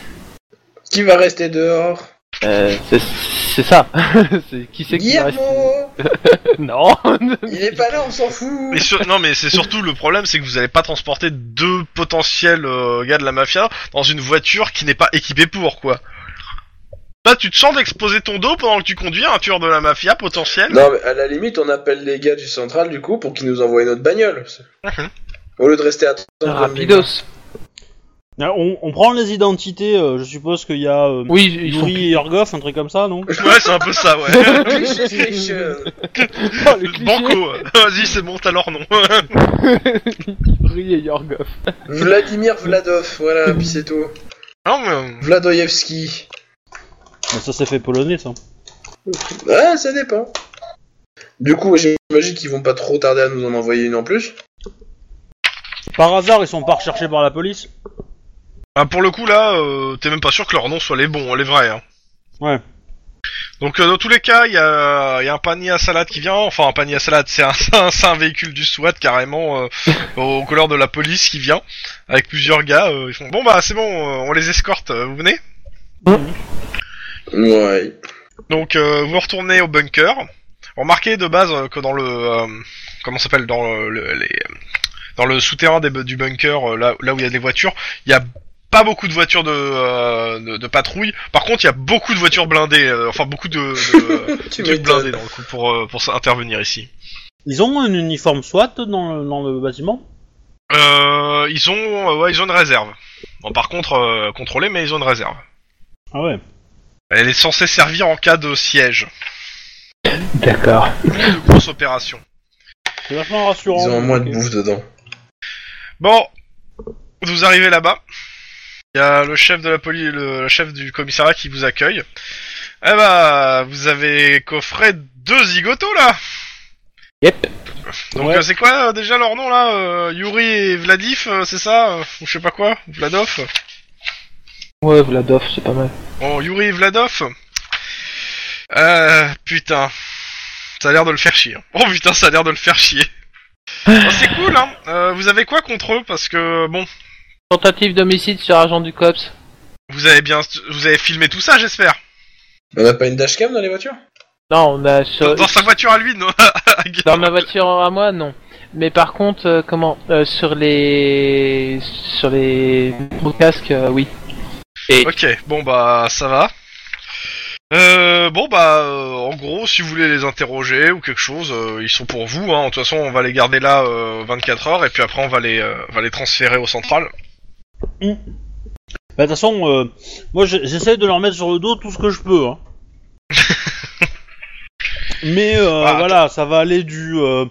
Qui va rester dehors Euh, c'est c'est ça. C'est- qui c'est qui va Guillermo rester Non Il est pas là, on s'en fout Mais sur- non, mais c'est surtout le problème, c'est que vous n'allez pas transporter deux potentiels euh, gars de la mafia dans une voiture qui n'est pas équipée pour quoi. Là, tu te sens d'exposer ton dos pendant que tu conduis un tueur de la mafia potentiel. Non, mais à la limite, on appelle les gars du central, du coup, pour qu'ils nous envoient notre bagnole. Au lieu de rester à Rapidos. Ah, On, on prend les identités, euh, je suppose qu'il y a euh, Oui, ils sont... Yuri et Orgoff, un truc comme ça, non Ouais, c'est un peu ça, ouais. Cliché, cliché. Oh, le cliché Banco. Vas-y, c'est bon, t'as leur nom. Yuri et Yorgov. Vladimir Vladov, voilà, puis c'est tout. non, mais... euh, Vladoyevski. Bah, Ça s'est fait polonais, ça. Ouais, ça dépend. Du coup, j'imagine qu'ils vont pas trop tarder à nous en envoyer une en plus. Par hasard, ils sont pas recherchés par la police Ah, pour le coup, là, euh, t'es même pas sûr que leurs noms soient les bons, les vrais. Hein. Ouais. Donc, euh, dans tous les cas, il y a, il y a un panier à salade qui vient. Enfin, un panier à salade, c'est un, c'est un- c'est un véhicule du SWAT carrément euh, aux couleurs de la police qui vient avec plusieurs gars. euh, ils font bon bah c'est bon, euh, on les escorte. euh, vous venez. Ouais. Donc euh, vous retournez au bunker. Remarquez de base euh, que dans le euh, comment ça s'appelle dans le, le- les dans le souterrain des bu- du bunker euh, là, là où il y a des voitures, il y a pas beaucoup de voitures de, euh, de, de patrouille. Par contre, il y a beaucoup de voitures blindées, euh, enfin beaucoup de, de, Tu de trucs blindés m'étonnes. dans le coup pour euh, pour s- intervenir ici. Ils ont un uniforme SWAT dans le, dans le bâtiment Euh, ils ont euh, ouais, ils ont une réserve. Bon, par contre euh, contrôlée, mais ils ont une réserve. Ah ouais. Elle est censée servir en cas de siège, D'accord. de grosse opération. C'est vachement rassurant. Ils ont moins de Ok. bouffe dedans. Bon, vous arrivez là-bas. Il y a le chef de la police, le, le chef du commissariat qui vous accueille. Eh bah, vous avez coffré deux zigotos là. Yep. Donc Ouais. euh, c'est quoi euh, déjà leur nom là euh, Yuri et Vladif, euh, c'est ça euh, Ou je sais pas quoi Vladov Ouais, Vladov, c'est pas mal. Bon, Yuri et Vladov. Euh, putain. Ça a l'air de le faire chier. Oh putain, ça a l'air de le faire chier. Bon, c'est cool, hein. Euh, vous avez quoi contre eux Parce que, bon, Tentative d'homicide sur agent du COPS. Vous avez bien, vous avez filmé tout ça, j'espère. On a pas une dashcam dans les voitures Non, on a... sur- Dans, dans sa voiture à lui, Euh, non Dans ma voiture à moi, non. Mais par contre, euh, comment euh, Sur les sur les gros casques, euh, oui. Ok, bon bah ça va. Euh, bon bah euh, en gros si vous voulez les interroger ou quelque chose euh, ils sont pour vous hein. de toute façon on va les garder là euh, 24 heures et puis après on va les euh, on va les transférer au central Bah, de toute façon, euh, moi j'ai- j'essaie de leur mettre sur le dos tout ce que je peux. hein. Mais euh, Ah, voilà, ça va aller du. euh,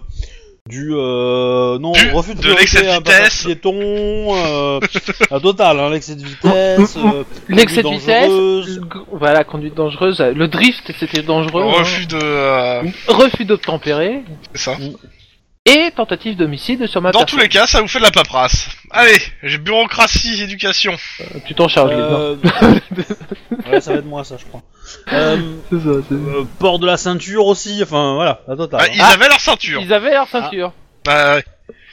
du. euh, non, Du- refus de, de l'excès de priorité à un passage vitesse. piéton, euh, la totale, hein, l'excès de vitesse. euh, L'excès de conduite vitesse, dangereuse. le gr- voilà, conduite dangereuse, le drift c'était dangereux, hein. refus de euh, refus d'obtempérer c'est ça et tentative d'homicide sur ma dans tous personne. les cas ça vous fait de la paperasse allez j'ai bureaucratie éducation Tu t'en charges, Glenn, euh, ouais, ça va être moi, ça, je crois. Euh, c'est ça, c'est ça. euh, port de la ceinture aussi, enfin voilà, la totale. Ah, hein. ils avaient leur ceinture Ils avaient leur ceinture. Ah, Bah,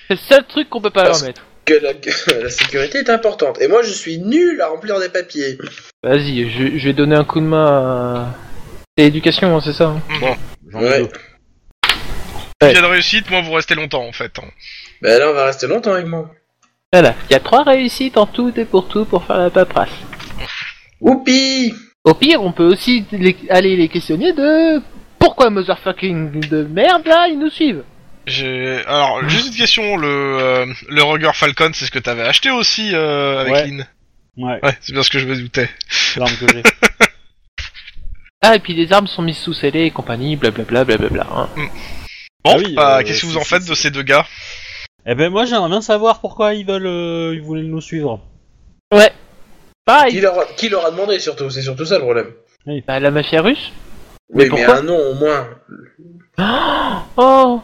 C'est le seul truc qu'on peut pas leur Parce- mettre. Que la, que la sécurité est importante. Et moi, je suis nul à remplir des papiers. Vas-y, je, je vais donner un coup de main à... C'est éducation, hein, c'est ça hein J'en ai Ouais. deux. Ouais. Bien de réussite, moi vous restez longtemps en fait. hein. Ben là, on va rester longtemps avec moi. Voilà, il y a trois réussites en tout et pour tout pour faire la paperasse. Oupi Au pire, on peut aussi les- aller les questionner de... Pourquoi motherfucking de merde, là, ils nous suivent J'ai- Alors, juste une question, le, euh, le Roger Falcon, c'est ce que t'avais acheté aussi euh, avec Ouais. Lynn Ouais, Ouais, c'est bien ce que je me doutais. c'est l'arme que j'ai. Ah, et puis les armes sont mises sous scellé et compagnie, blablabla, blablabla. hein. Bon, Ah oui, bah, euh, qu'est-ce que vous c'est- en faites c'est- de ces deux gars Eh ben moi j'aimerais bien savoir pourquoi ils veulent, euh, ils voulaient nous suivre. qui Pareil, leur, a, qui leur a demandé surtout C'est surtout ça le problème. bah, la mafia russe Oui, mais pourquoi un nom au moins. Oh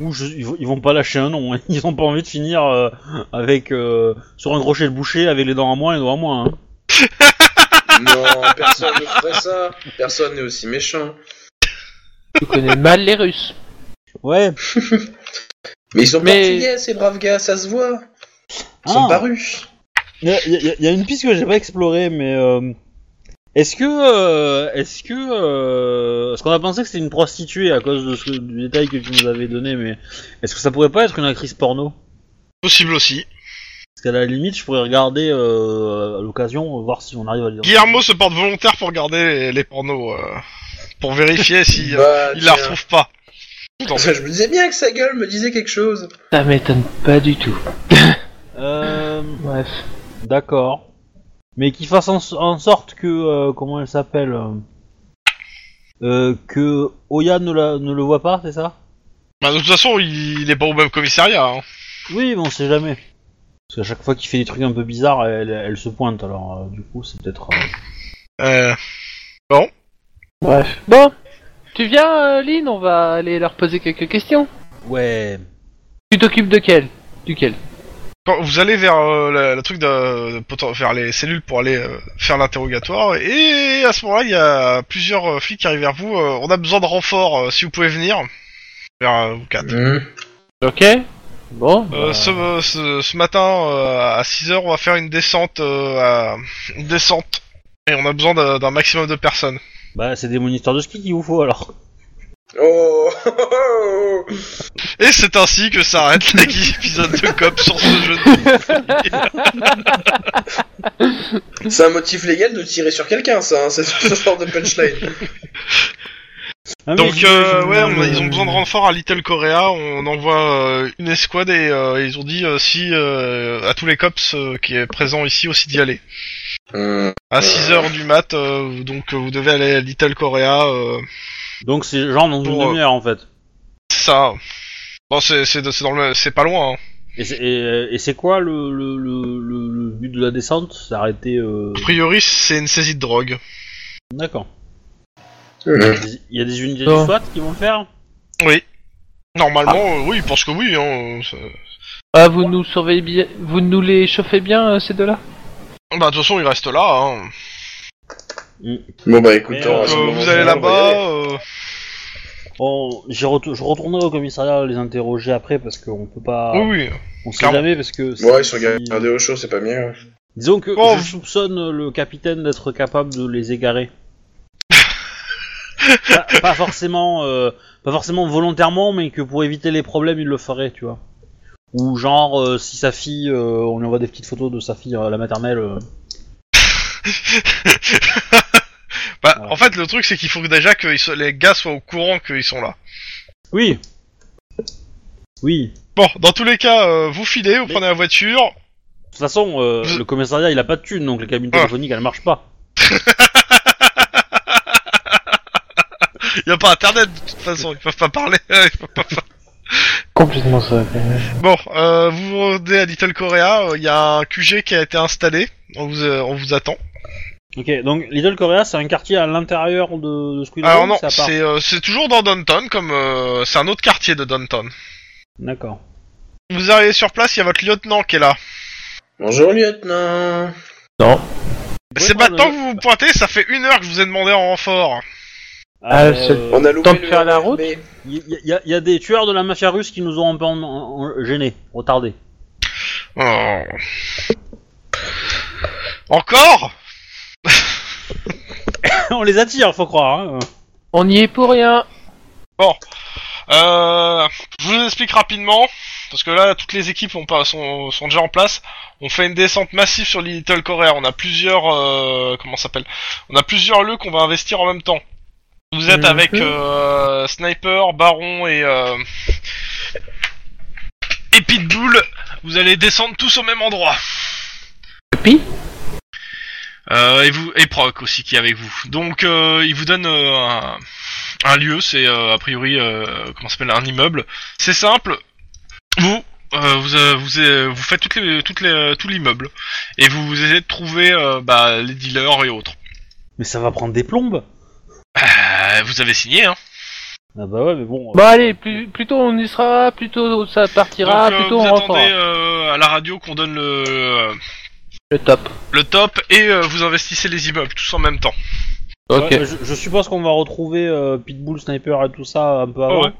Ou je- ils, vont- ils vont pas lâcher un nom, hein. ils ont pas envie de finir euh, avec euh, sur un crochet de boucher avec les dents à moins et les doigts à moins. hein. Non, personne ne ferait ça. Personne n'est aussi méchant. Tu connais mal les Russes. Ouais. Mais ils sont Mais- portugais, ces braves gars, ça se voit. Ils sont Ah. parus. Il y, a- y a- y a une piste que j'ai pas explorée, mais euh, est-ce que euh, est-ce que euh, parce qu'on a pensé que c'était une prostituée à cause de ce, du détail que tu nous avais donné, mais est-ce que ça pourrait pas être une actrice porno Possible aussi. Parce qu'à la limite, je pourrais regarder euh, à l'occasion, voir si on arrive à lire. Guillermo se porte volontaire pour garder les, les pornos, euh, pour vérifier si euh, Bah, il la tiens. retrouve pas. Je me disais bien que sa gueule me disait quelque chose. Ça m'étonne pas du tout. Euh, Bref. D'accord. Mais qu'il fasse en, en sorte que euh, comment elle s'appelle euh, euh, que Oya ne, la, ne le voit pas, c'est ça Bah, de toute façon, il, il est pas au même commissariat. hein. Oui, mais on sait jamais. Parce qu'à chaque fois qu'il fait des trucs un peu bizarres, elle, elle se pointe. Alors euh, du coup, c'est peut-être. euh, Euh, Bref. Bon, tu viens, euh, Lynn, on va aller leur poser quelques questions. Ouais. Tu t'occupes de quel Duquel quand vous allez vers euh, le, le truc de, de poten- vers les cellules pour aller euh, faire l'interrogatoire, et à ce moment-là, il y a plusieurs euh, flics qui arrivent vers vous. euh, on a besoin de renfort, euh, si vous pouvez venir. Vers euh, vous quatre. Hmm. Ok. Bon. Euh, ce, euh, ce, ce matin, euh, à 6h, on va faire une descente. euh, à- Une descente. Et on a besoin d'un d'un maximum de personnes. Bah, c'est des moniteurs de ski qu'il vous faut alors. Oh, oh, oh, oh. Et c'est ainsi que s'arrête l'épisode de COP sur ce jeu de C'est un motif légal de tirer sur quelqu'un, ça, hein, c'est ce genre de punchline. Ah, mais Donc j'imagine, euh, ouais, on a- euh, ils ont besoin de renfort à Little Korea. On envoie euh, une escouade et euh, ils ont dit euh, si euh, à tous les cops euh, qui est présent ici aussi d'y aller. Hmm. À 6 heures du mat, euh, donc euh, vous devez aller à Little Korea. euh, Donc c'est genre dans une Pour, euh, demi-heure en fait. ça, bon c'est c'est c'est dans le c'est pas loin. Hein. Et c'est- Et et c'est quoi le, le, le, le- le but de la descente S'arrêter. Euh... A priori, c'est une saisie de drogue. D'accord. Hmm. Il y a des unités Bon. du SWAT qui vont le faire Normalement, euh, oui, je pense que oui. Hein, euh, ça- Ah, vous nous surveillez bien, vous nous les chauffez bien euh, ces deux-là bah de toute façon, ils restent là. Hein. Bon bah écoute, Mais, on va Donc, se euh, balancer, vous allez on va y là-bas. aller. euh, Bon, j'y retour- je retournerai au commissariat les interroger après parce qu'on peut pas. Oui, oui. On sait clairement. jamais parce que. Ouais, ils si- sont gardés au chaud, c'est pas mieux. Disons que Bon, je vous- soupçonne le capitaine d'être capable de les égarer. pas, pas forcément, euh, pas forcément volontairement, mais que pour éviter les problèmes, il le ferait, tu vois. Ou genre, euh, si sa fille, euh, on lui envoie des petites photos de sa fille euh, à la maternelle. euh. Bah, Voilà. en fait, le truc, c'est qu'il faut que déjà que ils so- les gars soient au courant qu'ils sont là. Oui. Oui. Bon, dans tous les cas, euh, vous filez, vous prenez la voiture. De toute façon, euh, Je- le commissariat il a pas de thune, donc la cabine Ah. téléphonique elle marche pas. Y a pas internet, de toute façon, ils peuvent pas parler. ils peuvent pas- Complètement ça. bon, euh, vous rendez à Little Korea, euh, il y a un QG qui a été installé. On vous, euh, on vous attend. Ok, donc Little Korea c'est un quartier à l'intérieur de, de Squid Alors Room, non, c'est à part c'est euh, c'est toujours dans Downtown, comme euh, c'est un autre quartier de Downtown. D'accord. Vous arrivez sur place, il y a votre lieutenant qui est là. Bonjour lieutenant. pouvez C'est prendre maintenant le- que vous vous pointez, ça fait une heure que je vous ai demandé en renfort. Ah, Ah, c'est- euh, On a loupé Tente de le faire la RERB. route Il y, y a- y a des tueurs de la mafia russe qui nous ont un peu en- en- en- gênés, retardés. Oh. Encore On les attire, faut croire. hein. On y est pour rien. Euh, je vous explique rapidement, parce que là, toutes les équipes ont pas, sont, sont déjà en place. On fait une descente massive sur l'île Little Korea. On a plusieurs, euh, comment ça s'appelle On a plusieurs lieux qu'on va investir en même temps. Vous êtes Mhm. avec euh, Sniper, Baron et euh, et Pitbull. Vous allez descendre tous au même endroit. Pi Euh, et vous et Proc aussi qui est avec vous. Donc euh, il vous donne euh, un, un lieu, c'est euh, a priori euh, comment ça s'appelle un immeuble. C'est simple. Vous euh, vous, euh, vous, euh, vous faites toutes les, toutes les, tout l'immeuble et vous, vous essayez de trouver euh, bah, les dealers et autres. Mais ça va prendre des plombes. Euh, vous avez signé, hein Ah bah ouais, mais bon. euh, Bon allez, plus, plutôt on y sera, plutôt ça partira, Donc, euh, plutôt vous on rentrera. attendez euh, à la radio qu'on donne le, Le top. le top et euh, vous investissez les immeubles tous en même temps. Ok. ouais, je, je suppose qu'on va retrouver euh, Pitbull, Sniper et tout ça un peu avant. Ah Ouais.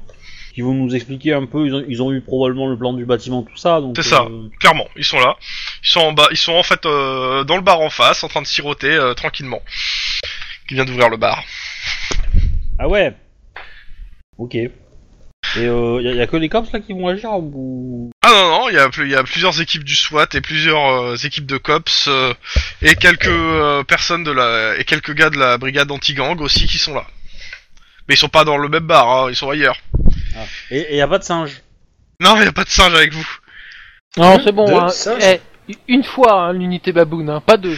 Qui vont nous expliquer un peu. Ils ont, ils ont eu probablement le plan du bâtiment, tout ça. donc, C'est ça. euh, Clairement, ils sont là. Ils sont en bas, ils sont en fait euh, dans le bar en face, en train de siroter euh, tranquillement. Qui vient d'ouvrir le bar. Ah ouais. Ok. Et euh, y, a- y a que les cops là qui vont agir ou... Ah non non, il y a, plus- il y a plusieurs équipes du SWAT et plusieurs euh, équipes de cops euh, et quelques euh, personnes de la et quelques gars de la brigade anti-gang aussi qui sont là. Mais ils sont pas dans le même bar, hein, ils sont ailleurs. Et, et y a pas de singe. Non, il y a pas de singe avec vous. Non, c'est bon. deux, hein. cinq. Eh, une fois hein, l'unité baboune, hein, pas deux.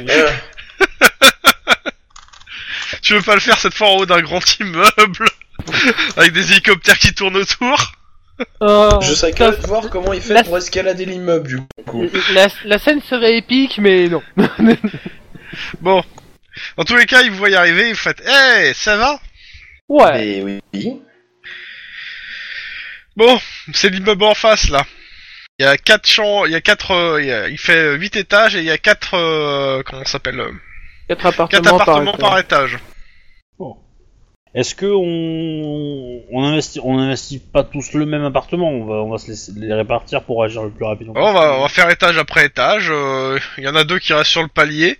Euh, Tu veux pas le faire cette fois en haut d'un grand immeuble avec des hélicoptères qui tournent autour Oh, je serais putain, curieux de voir comment il fait La- pour escalader l'immeuble du coup. la, la scène serait épique, mais non. Bon. Dans tous les cas, ils vous voient y arriver, vous faites "Hey, ça va Ouais. Mais oui. Bon, c'est l'immeuble en face là. Il y a quatre champs, il y a quatre, euh, il, y a- il fait huit étages et il y a quatre, euh, comment ça s'appelle, euh, Quatre appartements, quatre appartements par, étage. étage. Est-ce que on on investit on investit pas tous le même appartement On va on va se laisser les répartir pour agir le plus rapidement. Alors, on, va, on va faire étage après étage. euh, Il y en a deux qui restent sur le palier.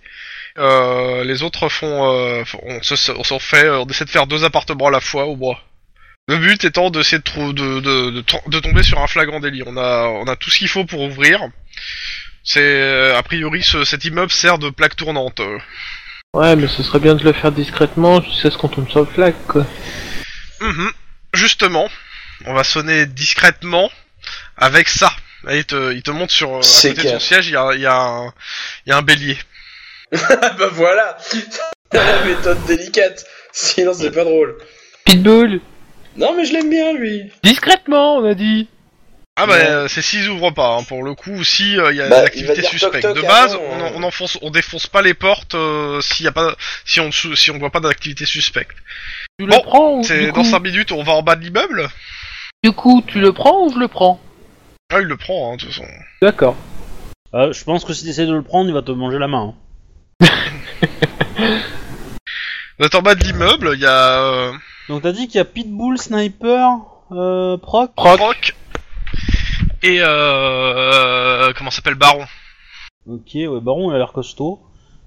Euh, les autres font, euh, font- on se- on s'en fait, on essaie de faire deux appartements à la fois au bois. Le but étant d'essayer de, trou- de, de, de, to- de tomber sur un flagrant délit. On a, on a tout ce qu'il faut pour ouvrir. C'est euh, a priori ce- cet immeuble sert de plaque tournante. euh. Ouais, mais ce serait bien de le faire discrètement jusqu'à ce qu'on tombe sur le flag, quoi. Mhm. Justement, on va sonner discrètement avec ça. Là, il, te, il te montre sur euh, à C'est côté de son clair. siège, il y a, il y a un, il y a un bélier. Ah bah voilà. la méthode délicate. Sinon c'est pas drôle. Pitbull Non mais je l'aime bien lui. Discrètement, on a dit Ah bah Ouais. euh, c'est s'ils ouvrent pas hein, pour le coup si euh, il y a Bah, une il va activité dire suspecte. toc-toc de base, avant, on, euh. on enfonce on défonce pas les portes euh, s'il y a pas si on sou- si on voit pas d'activité suspecte. Tu Bon, le prends ou C'est du coup, dans 5 minutes, on va en bas de l'immeuble du coup, tu le prends ou je le prends Ah, il le prend hein, de toute façon. D'accord. Euh, je pense que si tu essaies de le prendre, il va te manger la main. hein. Vous êtes en bas de l'immeuble, il y a euh, Donc t'as dit qu'il y a Pitbull, Sniper, euh, Proc. Proc. Rock et euh, euh, comment s'appelle Baron. Ok, ouais, Baron, il a l'air costaud.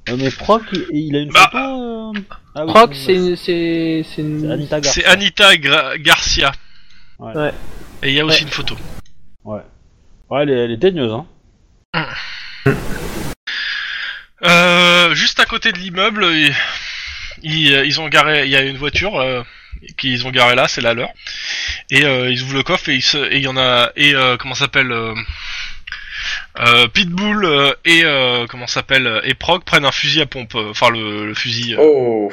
Euh, mais Proc, il, il a une Bah. photo. euh, ah oui, Proc, c'est une- c'est c'est c'est une... Anita Garcia. C'est Anita Gra- Garcia. Ouais. Ouais. Et il y a aussi Ouais. une photo. Ouais, elle est, elle est daigneuse, hein. Euh, juste à côté de l'immeuble, il Ils, euh, ils ont garé, il y a une voiture euh, qu'ils ont garée là, c'est la leur. Et euh, ils ouvrent le coffre et ils se- et il y en a et euh, comment ça s'appelle euh, euh, Pitbull euh, et euh, comment ça s'appelle euh, et Proc prennent un fusil à pompe, euh, enfin le, le fusil. euh, Oh.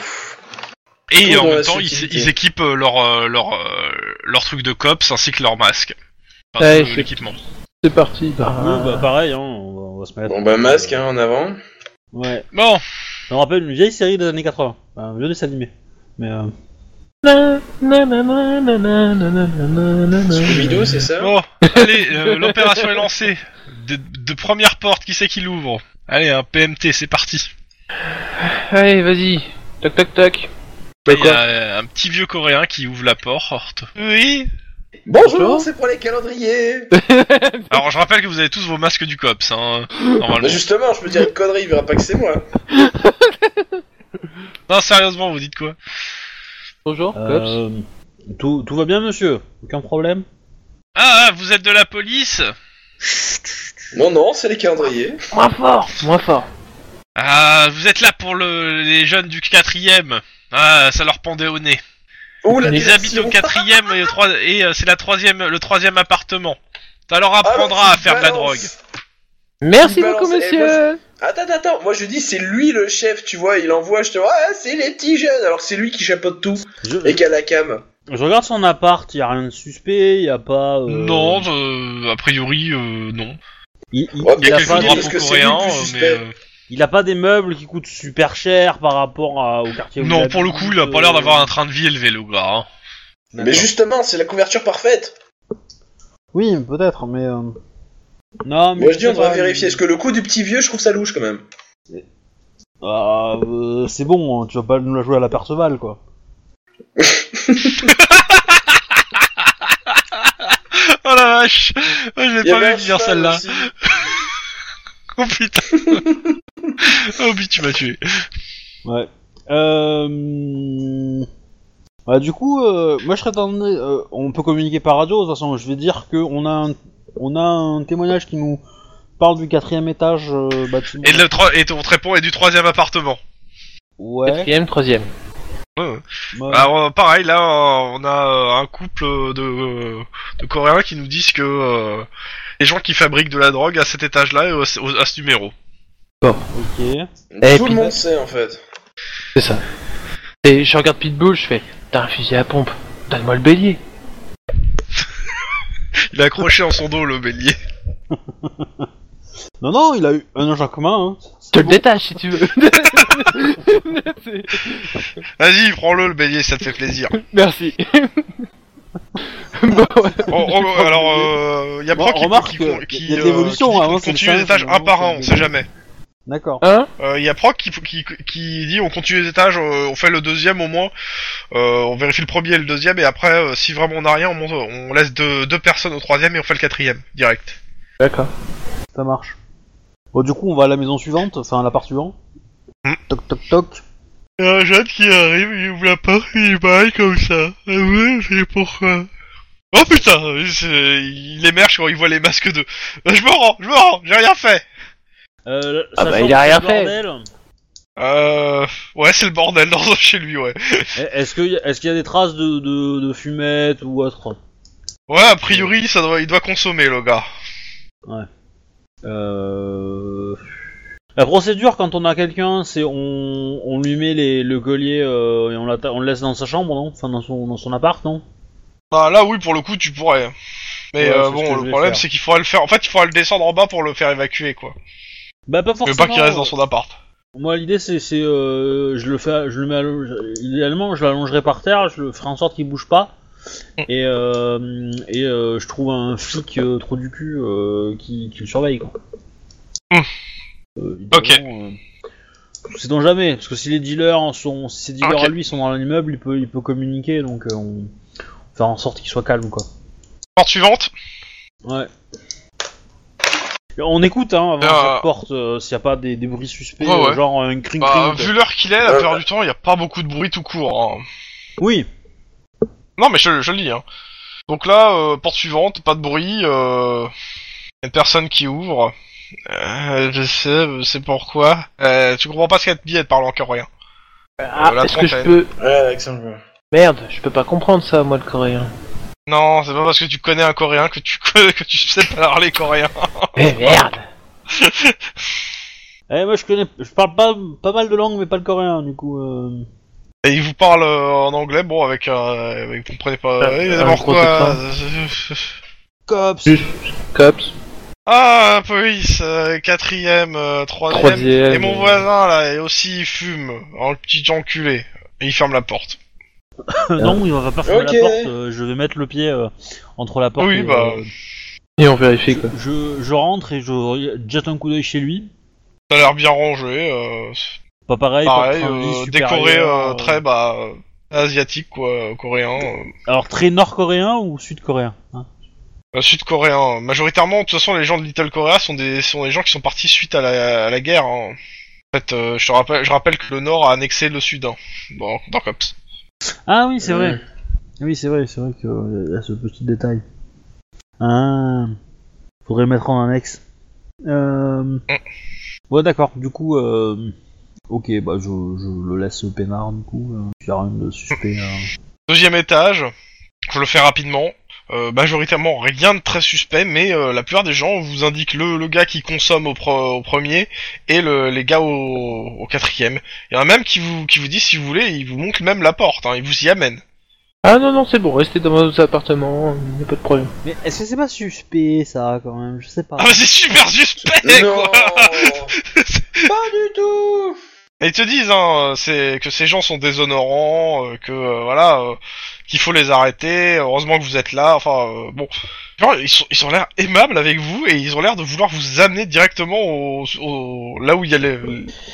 et trop en dans même la temps, ils, s- subtilité. ils équipent euh, leur euh, leur euh, leur truc de cops ainsi que leur masque. Enfin, Ouais, euh, c'est- l'équipement. C'est parti. Ah. Bah, Ah. Ouais, bah, pareil, hein, on, va, on va se mettre. Bon bah masque hein, en avant. Ouais. Bon, Ça me rappelle une vieille série des années 80. Enfin, un vieux dessin animé. Mais euh, na, na, na, na, na, na, na, na, na, na, na. Scooby-Doo, c'est ça bon, allez, euh, l'opération est lancée. De, de première porte, qui c'est qui l'ouvre Allez, un PMT, c'est parti. Allez, vas-y. Tac, tac, tac. Bah, Il y a euh, un petit vieux coréen qui ouvre la porte. Oui Bonjour. Bonjour, c'est pour les calendriers. Alors je rappelle que vous avez tous vos masques du COPS, hein, normalement. Bah justement, je peux dire une connerie, il verra pas que c'est moi. Non, sérieusement, vous dites quoi Bonjour, cops. euh, tout, tout va bien, monsieur. Aucun problème. Ah, ah, vous êtes de la police Non, non, c'est les calendriers. Moins fort, moins fort. Ah, vous êtes là pour le, les jeunes du quatrième. Ah, ça leur pendait au nez. Ouh, la Ils habitent diversion. au quatrième et, au trois- et euh, c'est la troisième, le troisième appartement. Ça leur Ah, apprendra l'autre, à il faire de la balance. drogue. Merci Il balance- beaucoup, eh, monsieur. Attends, attends, attends, moi je dis c'est lui le chef, tu vois, il envoie, je te vois, ah, c'est les petits jeunes, alors que c'est lui qui chapeaute tout Je, et qui a la cam. je regarde son appart, il y a rien de suspect, il y a pas. euh, Non, euh, a priori, euh, non. Il, il- Oh, Il y il a, a quelques pas des- chose de- parce drapeaux que c'est lui le coréens, plus euh, mais... suspect. euh, il a pas des meubles qui coûtent super cher par rapport à- au quartier. où Non, il pour le habite, coup, il a pas euh, l'air d'avoir un train de vie élevé, le gars. hein. Mais justement, c'est la couverture parfaite. Oui, peut-être, mais. euh, Non, mais. Moi je dis, on devrait pas, vérifier. il- Parce que le coup du petit vieux, je trouve ça louche quand même. Ah, euh, c'est bon, hein, tu vas pas nous la jouer à la Perceval, quoi. Oh la vache Oh, Je l'ai Il y pas avait vu un venir cheval celle-là. aussi. Oh putain Oh putain, tu m'as tué. Ouais. Euh... Bah, du coup, euh, moi je serais tenté. euh, on peut communiquer par radio, de toute façon, je vais dire qu'on a un, on a un témoignage qui nous parle du quatrième étage euh, bâtiment. Et, le tro- et ton trépon est du troisième appartement. Ouais. Quatrième, troisième. bah, Alors euh, pareil, là euh, on a euh, un couple euh, de, euh, de Coréens qui nous disent que euh, les gens qui fabriquent de la drogue à cet étage-là et au- au- à ce numéro. ok. Eh, Tout le puis- monde sait en fait. C'est ça. Et eh, je regarde Pitbull, je fais T'as un fusil à pompe, donne-moi le bélier. Il a accroché en son dos le bélier. Non, non, il a eu un agent commun. Hein. Je te le détache si tu veux. Vas-y, prends-le le bélier, ça te fait plaisir. Merci. bon, Oh, oh, alors, euh, il y a Bon, Brock qui- remarque, qui, euh, qui, y a de euh, l'évolution, qui dit qu'on avant, c'est le continue les singe, étages un maintenant, par c'est un, le on sait bélier. jamais. Euh, D'accord. hein Il y a Proc qui, qui, qui dit on continue les étages, euh, on fait le deuxième au moins, euh, on vérifie le premier et le deuxième, et après, euh, si vraiment on n'a rien, on, monte- on laisse deux, deux personnes au troisième et on fait le quatrième, direct. D'accord. Ça marche. Bon, du coup, on va à la maison suivante, enfin à l'appart suivant. Hmm. Mm. Toc toc toc. Il y a un jeune qui arrive, il ouvre la porte, il baille comme ça. Ah oui, c'est pourquoi Oh putain, c'est- il émerge quand il voit les masques de... Euh, Je me rends, je me rends, j'ai rien fait Euh, Ah, sachant bah, il que a c'est rien le fait. bordel, Euh... Ouais, c'est le bordel dans chez lui, ouais. eh, Est-ce qu'il y, est qu'il y a des traces de, de, de fumette ou autre Ouais, a priori, ça doit, il doit consommer, le gars. Euh... La procédure quand on a quelqu'un, c'est on, on lui met les, le collier euh, et on, l'atta- on le laisse dans sa chambre, non Enfin, dans son, dans son appart, non Ah, là, oui, pour le coup, tu pourrais. Mais Ouais, euh, c'est ce que bon, je le vais problème, faire. c'est qu'il faudrait le faire. En fait, il faudrait le descendre en bas pour le faire évacuer, quoi. Bah, pas Mais forcément. pas qu'il reste dans son appart. Moi, l'idée, c'est. c'est, euh, je le fais. Je le mets à l'o- je- Idéalement, je l'allongerai par terre, je le ferai en sorte qu'il bouge pas. Mm. Et, euh, et euh, je trouve un flic euh, trop du cul euh, qui, qui le surveille, quoi. Hmm. Euh, Ok. idéalement, euh, Sait-on jamais, parce que si les dealers en sont, si ces dealers Ok. à lui sont dans l'immeuble, il peut, il peut communiquer, donc euh, on faire en sorte qu'il soit calme, quoi. Porte suivante. Ouais. Et On écoute, hein, avant Euh, chaque porte, euh, s'il n'y a pas des, des bruits suspects, Ouais, ouais. euh, genre un cring Bah, cring. vu l'heure qu'il est, la Euh, plupart du temps, il y a pas beaucoup de bruit tout court. hein. Oui, Non, mais je, je le dis. Hein. Donc là, euh, porte suivante, pas de bruit. Euh... Une personne qui ouvre. Euh, je sais, c'est pourquoi. Euh, tu comprends pas ce qu'elle te dit, elle te parle en coréen. Ah, la est-ce que je trentaine. peux... Ouais, Alexandre. Merde, je peux pas comprendre ça, moi, le coréen. Non, c'est pas parce que tu connais un coréen que tu que tu sais parler coréen. Mais merde Eh, moi je connais, je parle pas, pas mal de langues, mais pas le coréen, du coup. euh. Et il vous parle euh, en anglais, bon, avec euh, avec- vous comprenez pas. Euh, Eh, euh, d'abord je crois quoi Cops. Juste. Cops, Ah, police, euh, quatrième, euh, troisième. troisième... Et mon voisin là, et aussi il fume, en le petit enculé. Et il ferme la porte. Euh, non, il va pas fermer Ok. la porte. euh, je vais mettre le pied euh, entre la porte. Oui, et, bah. euh, Et on vérifie, quoi. je, je rentre et je jette un coup d'œil chez lui. Ça a l'air bien rangé. euh, Pas pareil. pas pareil, Ah, un lit euh, supérieur, décoré euh, euh, très bah euh, asiatique quoi, euh, coréen. euh. Alors très nord-coréen ou sud-coréen hein Euh, Sud-coréen. Majoritairement, de toute façon, les gens de Little Korea sont des sont des gens qui sont partis suite à la, à la guerre. hein. En fait, euh, je te rappelle, je rappelle que le Nord a annexé le Sud. hein, dans, dans Cops. Ah oui, c'est vrai. Mm. Oui, c'est vrai, c'est vrai qu'il y a ce petit détail. Ah, faudrait le mettre en annexe. Euh... Bon, d'accord. Du coup, euh... ok, bah je, je le laisse peinard du coup. euh, Il y a rien de suspect. hein. Deuxième étage. Je le fais rapidement. Euh, majoritairement, rien de très suspect, mais euh, la plupart des gens vous indiquent le, le gars qui consomme au, pre- au premier et le, les gars au, au quatrième. Il y en a même qui vous qui vous disent si vous voulez, ils vous montrent même la porte. Hein, ils vous y amènent. Ah non, non, c'est bon, restez dans vos appartements, euh, y a pas de problème. Mais est-ce que c'est pas suspect ça quand même Je sais pas. Ah, mais c'est super suspect. non quoi. Pas du tout Et ils te disent hein, euh, c'est que ces gens sont déshonorants, euh, que euh, voilà, euh, qu'il faut les arrêter. Heureusement que vous êtes là. Enfin euh, bon, Genre, ils sont ils ont l'air aimables avec vous et ils ont l'air de vouloir vous amener directement au, au- là où il y a les,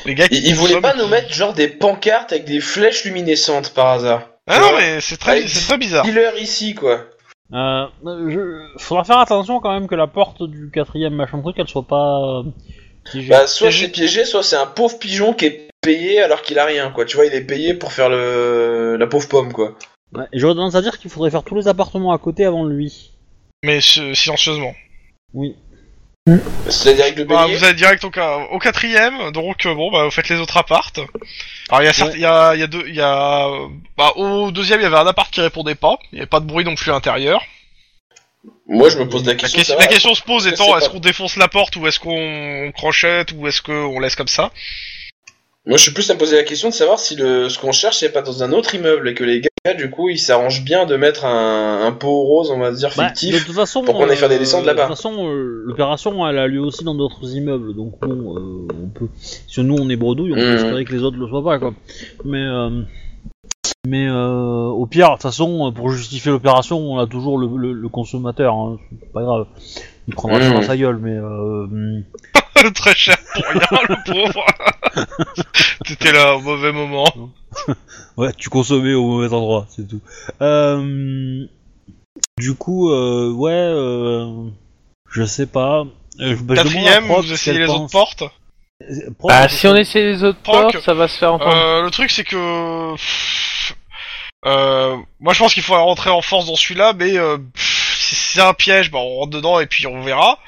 les gars qui. Ils, ils voulaient consomment pas et nous qui- mettre genre des pancartes avec des flèches luminescentes par hasard. Ah non mais c'est très Ouais, c'est très bizarre. Dealer ici, quoi. Euh, je... Faudra faire attention quand même que la porte du quatrième machin truc, elle soit pas. euh, piégée. Bah, soit c'est piégé, soit c'est un pauvre pigeon qui est payé alors qu'il a rien, quoi. Tu vois, il est payé pour faire le... la pauvre pomme, quoi. Ouais, J'aurais tendance à dire qu'il faudrait faire tous les appartements à côté avant lui. Mais si- silencieusement. Oui. C'est-à-dire avec le Bah, bélier. vous allez direct au, ca- au quatrième, donc euh, bon bah vous faites les autres appartes. Alors il y a certes- Ouais. il y a il y a deux il y a euh, bah au deuxième il y avait un appart qui répondait pas, il y avait pas de bruit non plus à l'intérieur. Moi, je me pose la La, question. que- ça la va. question se pose Est-ce que étant c'est est-ce pas- qu'on défonce la porte ou est-ce qu'on crochette ou est-ce qu'on laisse comme ça Moi, je suis plus à me poser la question de savoir si le... ce qu'on cherche, c'est pas dans un autre immeuble et que les gars, du coup, ils s'arrangent bien de mettre un, un pot rose, on va dire, Bah, fictif. de toute façon, pour qu'on aille faire des euh, descentes là-bas. De toute façon, euh, l'opération elle a lieu aussi dans d'autres immeubles, donc bon, euh, on peut. Si nous on est bredouille, on peut Mhm. espérer que les autres le soient pas, quoi. Mais euh, mais euh, au pire, de toute façon, euh, pour justifier l'opération, on a toujours le, le- le consommateur, hein, c'est pas grave. Il prendra ça Mhm. dans sa gueule, mais euh, Très cher pour rien, le pauvre T'étais là au mauvais moment. Ouais, tu consommais au mauvais endroit, c'est tout. Euh, du coup, euh, ouais, euh, je sais pas. Euh, je- bah, je demande à Quatrième, Proc vous ce essayez qu'elle les autres pense. portes Euh, Proc, Ah, je- si on essaie les autres Proc. portes, ça va se faire entendre. Euh, le truc c'est que euh, moi je pense qu'il faudrait rentrer en force dans celui-là, mais euh, pff, si c'est un piège, bah on rentre dedans et puis on verra.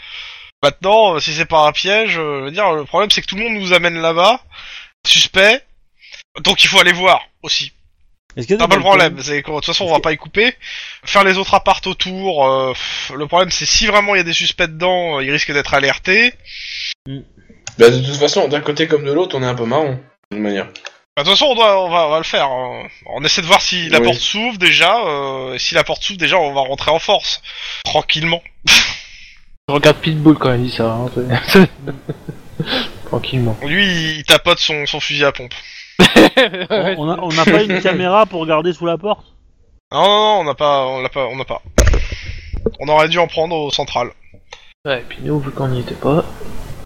Maintenant, euh, si c'est pas un piège, euh, je veux dire le problème c'est que tout le monde nous amène là-bas, suspect. Donc il faut aller voir aussi. Est-ce qu'il y a C'est des pas le balcons problème, c'est que, de toute façon on va pas y couper. Faire les autres appartes autour, euh, pff, le problème c'est si vraiment il y a des suspects dedans, euh, ils risquent d'être alertés. Bah, de toute façon, d'un côté comme de l'autre, on est un peu marron. De toute manière. Bah, De toute façon, on, doit, on, va, on va le faire. hein. On essaie de voir si la Oui. porte s'ouvre déjà. euh, et si la porte s'ouvre déjà, on va rentrer en force. Tranquillement. Je regarde Pitbull quand il dit ça. hein, c'est- Tranquillement. Lui, il tapote son, son fusil à pompe. On- On a, on a pas une caméra pour regarder sous la porte Non, non, non, on n'a pas, on l'a pas, on n'a pas. On aurait dû en prendre au central. Ouais, et puis nous, vu qu'on n'y était pas...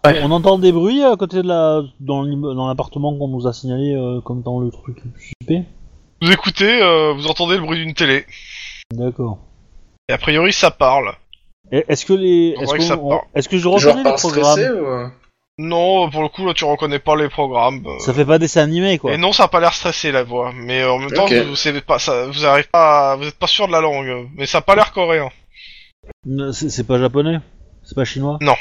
Ouais. On entend des bruits euh, à côté de la dans l'imme- dans l'appartement qu'on nous a signalé euh, comme dans le truc suspect. Vous écoutez, euh, vous entendez le bruit d'une télé. D'accord. Et a priori, ça parle. Et Est-ce que les On est-ce voit que ça qu'on- on- part. est-ce que je Genre reconnais par le stressé programme ou. euh Non, pour le coup, là, tu reconnais pas les programmes. euh. Ça fait pas dessin animé quoi. Et non, ça a pas l'air stressé la voix, mais euh, en même temps, Ok. vous, vous savez pas, ça, vous arrivez pas, à- vous êtes pas sûr de la langue, mais ça a pas l'air coréen. Ne- C'est c'est pas japonais C'est pas chinois Non.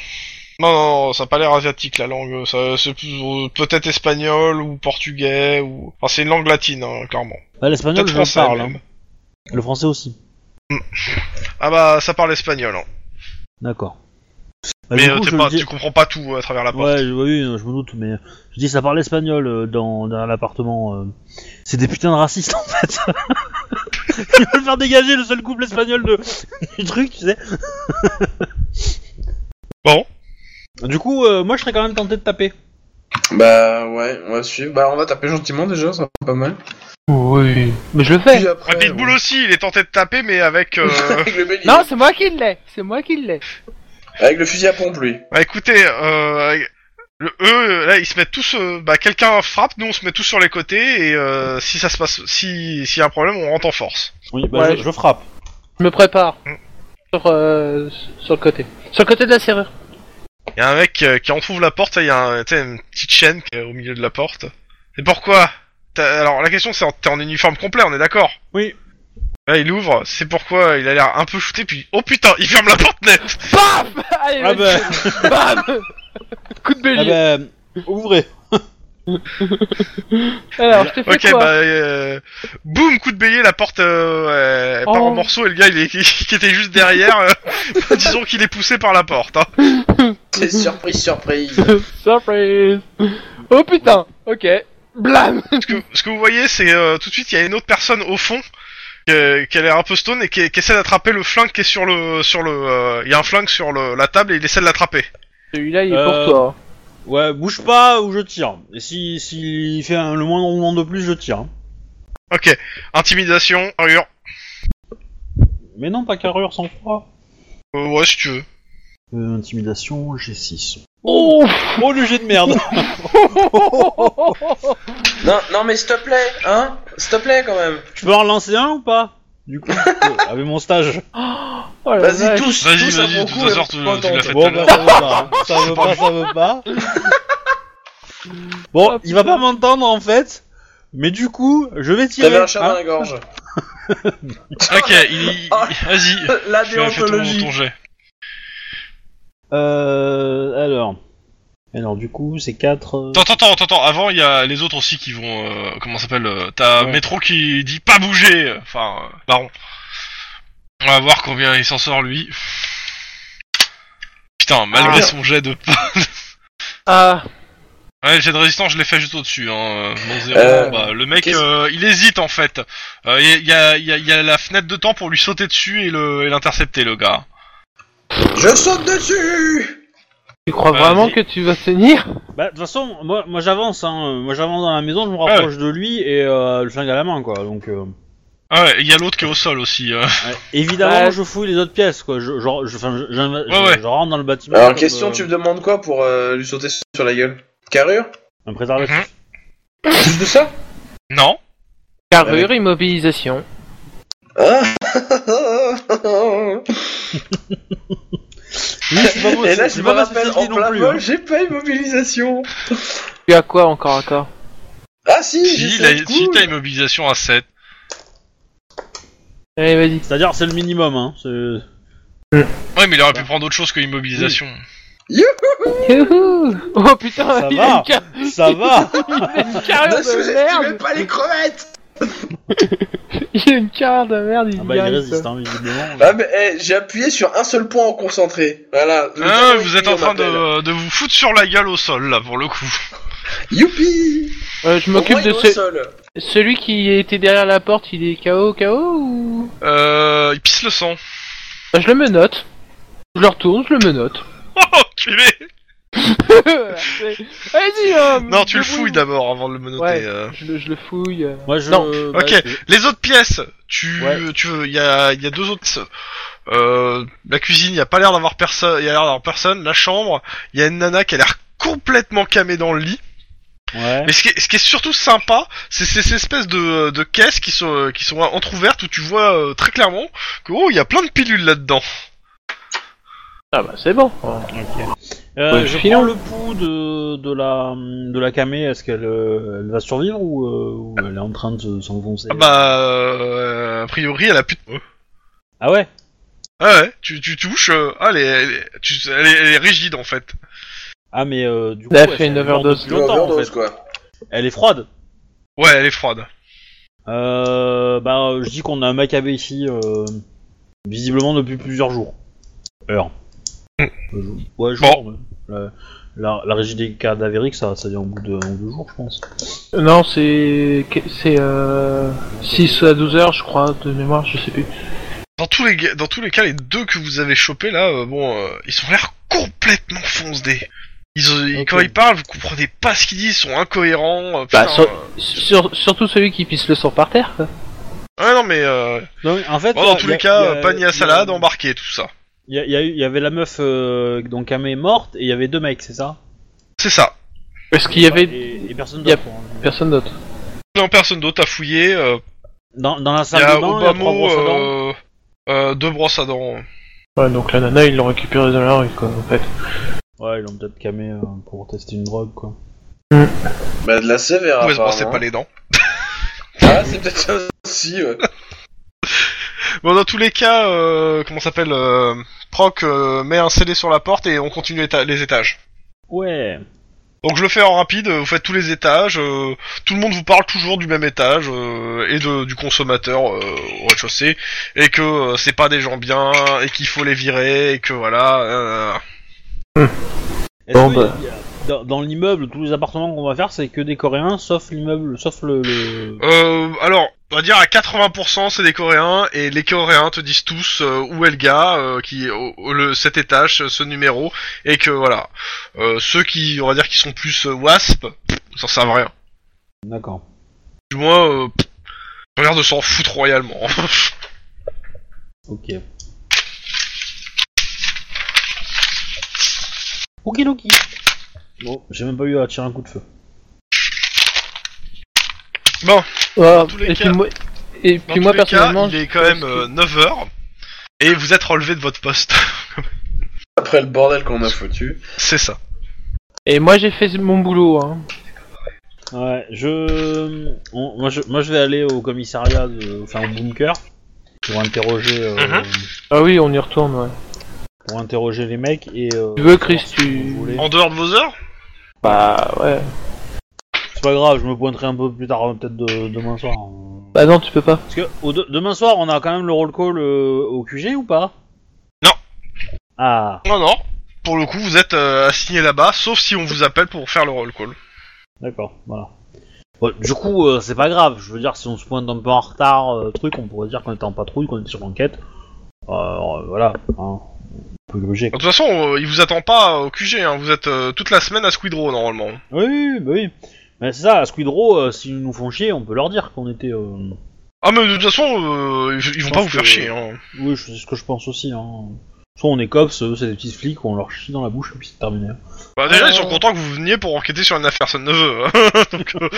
Non, non, non, ça a pas l'air asiatique la langue. Ça, c'est plus- euh, peut-être espagnol ou portugais ou. Enfin, c'est une langue latine, hein, clairement. Bah, l'espagnol, Peut-être je le français. parle. même. hein. Le français aussi. Ah bah, ça parle espagnol. Hein. D'accord. Bah, Mais du euh, coup, t'es je pas- me dis- tu comprends pas tout euh, à travers la porte. Ouais, je- oui, je me doute, mais je dis ça parle espagnol euh, dans, dans l'appartement. euh. C'est des putains de racistes en fait. Ils veulent faire dégager le seul couple espagnol de... du truc, tu sais. Bon. Du coup, euh, moi je serais quand même tenté de taper. Bah ouais, on va suivre. Bah on va taper gentiment déjà, ça va pas mal. Oui. Mais je le fais. Puis après, Ah, Pitbull on- aussi, il est tenté de taper, mais avec. euh, avec, le bélier. Non, c'est moi qui l'ai. C'est moi qui l'ai. avec le fusil à pompe lui. bah, écoutez, euh, avec- le eux, là, ils se mettent tous. euh, Bah, quelqu'un frappe, nous on se met tous sur les côtés et euh, si ça se passe, si s'il y a un problème, on rentre en force. Oui, bah, Ouais. je, je frappe. Je me prépare. Sur, euh, sur le côté. Sur le côté de la serrure. Il y a un mec euh, qui entrouvre la porte, là, il y a un, tu sais, une petite chaîne qui est au milieu de la porte. Et pourquoi T'as- Alors la question c'est, en- t'es en uniforme complet, on est d'accord Oui. Là il ouvre, c'est pourquoi il a l'air un peu shooté, puis oh putain, il ferme la porte net Bam Allez, Ah bah, vas-y. Bam Coup de ah bélier. bah, ouvrez. Alors, je te fais Ok, quoi bah, euh, boum, coup de bélier, la porte euh, elle part Oh. en morceaux et le gars il est, qui était juste derrière, euh, disons qu'il est poussé par la porte. Hein. C'est surprise, surprise. Surprise Oh putain Ok. Blam Ce, que, ce que vous voyez, c'est euh, tout de suite, il y a une autre personne au fond euh, qui a l'air un peu stone et qui, qui essaie d'attraper le flingue qui est sur le. sur le. euh, Il y a un flingue sur le, la table et il essaie de l'attraper. Celui-là, il est Euh, pour toi. Ouais, bouge pas ou je tire. Et si s'il fait un- le moindre mouvement de plus, je tire. hein. Ok, intimidation, hurle. Mais non, pas carrure sans froid. Euh, ouais, si tu veux. Euh, intimidation, G6. Oh Oh le jet de merde non, non mais s'il te plaît, hein S'il te plaît quand même. Je peux en lancer un ou pas Du coup, euh, avec mon stage. Oh la Vas-y vache. tous, Vas-y, tous à vas-y, mon euh, de coup, toute façon, et tu- on se tu l'as contente. fait. Bon, bah, ça veut pas, hein. ça veut pas, ça veut pas. Bon, il va pas m'entendre en fait, mais du coup, je vais tirer. T'avais un chat dans hein. la gorge. Ok, il... Ah. vas-y. La Fais, fais ton, déontologie. ton jet. Euh, alors. Alors, du coup, c'est euh, 4. Attends, attends, attends, attends, avant, il y a les autres aussi qui vont... euh, comment ça s'appelle euh, T'as Ouais. Métro qui dit pas bouger Enfin, euh, Baron. On va voir combien il s'en sort, lui. Putain, malgré Ah. son jet de... Ah, Ouais, le jet de résistance, je l'ai fait juste au-dessus. Hein. euh, Mon zéro, Euh, bah, le mec, qu'est-ce- euh, il hésite en fait. Il euh, y, a, y, a, y, a, y a la fenêtre de temps pour lui sauter dessus et le- et l'intercepter, le gars. Je saute dessus tu crois Vas-y. vraiment que tu vas tenir Bah, de toute façon, moi, moi j'avance, hein. Moi, j'avance dans la maison, je me rapproche de lui et euh, le flingue à la main, quoi. Donc, euh, Ah ouais, il y a l'autre qui est au sol aussi. euh. ouais. évidemment, Ouais. je fouille les autres pièces, quoi. Je, je, je, enfin, je, je- Ouais, ouais. je rentre dans le bâtiment. Alors comme, question, euh, tu me demandes quoi pour euh, lui sauter sur la gueule Carrure Un Ah préservatif. Mhm. Juste de ça Non Carrure, immobilisation. Hein Oui, c'est pas, Et c'est- là, c'est je me pas ma rappelle, en spécialité non plein plus. hein. vol, j'ai pas immobilisation. Tu as quoi encore à corps Ah si, j'ai Si, fait la- être si cool. t'as immobilisation à 7. Allez, vas-y. C'est-à-dire, c'est le minimum, hein. c'est- Ouais, mais il aurait pu prendre autre chose que immobilisation. Youhou Oh putain, Ça il va. a une, car- Ça va il a une Ah, Ne carrure de sous-estimez Ah, merde pas les crevettes Il a une carrure de merde, il Ah y bah, il arrive, résiste, ça. hein, visiblement. Ah mais eh, j'ai appuyé sur un seul point en concentré. Voilà. Le Ah, talent vous aiguille, êtes en on train m'appelle. de, de vous foutre sur la gueule au sol, là, pour le coup. Youpi Euh, je Au moins, m'occupe il est de au ce... sol. celui qui était derrière la porte, il est KO, KO ou... Euh, il pisse le sang. Bah, je le menote. Je le retourne, je le menote. Oh, enculé Voilà, c'est- Allez-y, homme Non, tu le fouilles debout. d'abord avant de le menoter. Ouais. euh. Je le, je le fouille. euh. Moi, je... Non, bah, ok. je- Les autres pièces, tu, Ouais. tu, il y a, y a deux autres. Euh, la cuisine, il a pas l'air d'avoir personne. Il y a l'air d'avoir personne. La chambre, il y a une nana qui a l'air complètement camée dans le lit. Ouais. Mais ce qui est, ce qui est surtout sympa, c'est ces ces espèces de, de caisses qui sont euh, qui sont entrouvertes où tu vois euh, très clairement que oh, il y a plein de pilules là-dedans. Ah bah c'est bon. Euh, Ouais, je filons. prends le pouls de, de la de la camée. Est-ce qu'elle euh, elle va survivre ou, euh, ou elle est en bah, train de se- s'enfoncer Ah Bah, euh, a priori, elle a plus de. Ah ouais. Ah ouais, tu, tu touches, euh, ah, elle est, elle, est, tu- elle est- elle est rigide en fait. Ah, mais euh, du coup, Elle a elle fait une meurt overdose. depuis longtemps, en Overdose, fait. quoi. Elle est froide. Ouais, elle est froide. Euh, bah, je dis qu'on a un maccabé ici, euh, visiblement depuis plusieurs jours. Heure. Euh, jou- Ouais, jour. mais La, la, la régie des cadavériques, ça, ça vient au bout de un ou deux jours, je pense. Non, c'est. C'est. Euh, 6 à 12 heures, je crois, de mémoire, je sais plus. Dans tous les, ga- dans tous les cas, les deux que vous avez chopés là, euh, bon, euh, ils ont l'air complètement foncedés. Ils, ont- ils- Ok. Quand ils parlent, vous comprenez pas ce qu'ils disent, ils sont incohérents. euh, Bah, putain, sur- euh, Sur- surtout celui qui pisse le sang par terre, quoi. Ouais, non, mais euh, Non, mais en fait, bon, y dans a- tous y a- les cas, y a- euh, panier y a- à salade, embarqué, tout ça. Il y, a- y a eu- y avait la meuf, euh, donc Amé morte, et il y avait deux mecs, c'est ça C'est ça. Parce qu'il y avait Et, et personne y a- d'autre. hein. personne d'autre. Non, personne d'autre à fouiller. euh, Dans, dans la Il salle y a de bain, il y a trois Obama, brosses à dents. euh, euh, deux brosses à dents. Ouais, donc la nana, ils l'ont récupéré dans la rue, quoi, en fait. Ouais, ils l'ont peut-être camé euh, pour tester une drogue, quoi. Bah, de la sévère. Vous se brossez apparemment. pas les dents. Ah, c'est peut-être ça aussi, ouais. Bon, dans tous les cas, euh, comment ça s'appelle euh, Proc euh, met un scellé sur la porte et on continue éta- les étages. Ouais. Donc je le fais en rapide, euh, vous faites tous les étages, euh, tout le monde vous parle toujours du même étage euh, et de, du consommateur euh, au rez-de-chaussée, et que euh, c'est pas des gens bien, et qu'il faut les virer, et que voilà... euh, Est-ce Bon, que bah. y a- y a- dans, dans l'immeuble, tous les appartements qu'on va faire, c'est que des Coréens, sauf l'immeuble, sauf le. le- Euh, alors, on va dire à 80% c'est des Coréens et les Coréens te disent tous euh, où est le gars euh, qui au- au- le cet étage, euh, ce numéro et que voilà. Euh, ceux qui on va dire qui sont plus euh, wasp, pff, ils s'en servent à rien. D'accord. Du moins euh, pff, ils ont l'air de s'en foutre royalement. Ok. Ok, Loki. Bon, j'ai même pas eu à tirer un coup de feu. Ouais, tous les Ah, et, puis cas- moi, et Dans puis moi, tous les cas, personnellement. il je est quand pense même que- 9h et vous êtes relevé de votre poste. Après le bordel qu'on a foutu. c'est ça. Et moi, j'ai fait mon boulot, hein. Ouais, je. on- moi, je moi, je vais aller au commissariat, de... enfin au bunker, pour interroger. euh, Mhm. Ah oui, on y retourne, ouais. Pour interroger les mecs et. euh, Tu veux, Chris, savoir tu- vous voulez. En dehors de vos heures Bah, ouais. C'est pas grave, je me pointerai un peu plus tard, euh, peut-être de- demain soir. hein. Bah, non, tu peux pas. Parce que au de- demain soir, on a quand même le roll call euh, au QG ou pas Non. Ah, Non non. Pour le coup, vous êtes euh, assigné là-bas sauf si on vous appelle pour faire le roll call. d'accord, voilà. Bon, du coup, euh, c'est pas grave. Je veux dire, si on se pointe un peu en retard, euh, truc, on pourrait dire qu'on était en patrouille, qu'on était sur l'enquête. Euh, voilà. Hein. Un peu logique. De toute façon, euh, il vous attend pas au QG, hein. vous êtes euh, toute la semaine à Squid Row normalement. Oui, oui, bah oui. Mais c'est ça, à Squid Row, euh, s'ils nous font chier, on peut leur dire qu'on était. euh, Ah mais de toute façon, euh, ils, ils vont Je pas pense vous faire que- chier. Hein. Oui, je- c'est ce que je pense aussi. Hein. Soit on est cops, eux, c'est des petits flics, on leur chie dans la bouche et puis c'est terminé. Bah déjà, Euh, ils sont contents que vous veniez pour enquêter sur une affaire, personne ne veut. hein. Donc, euh,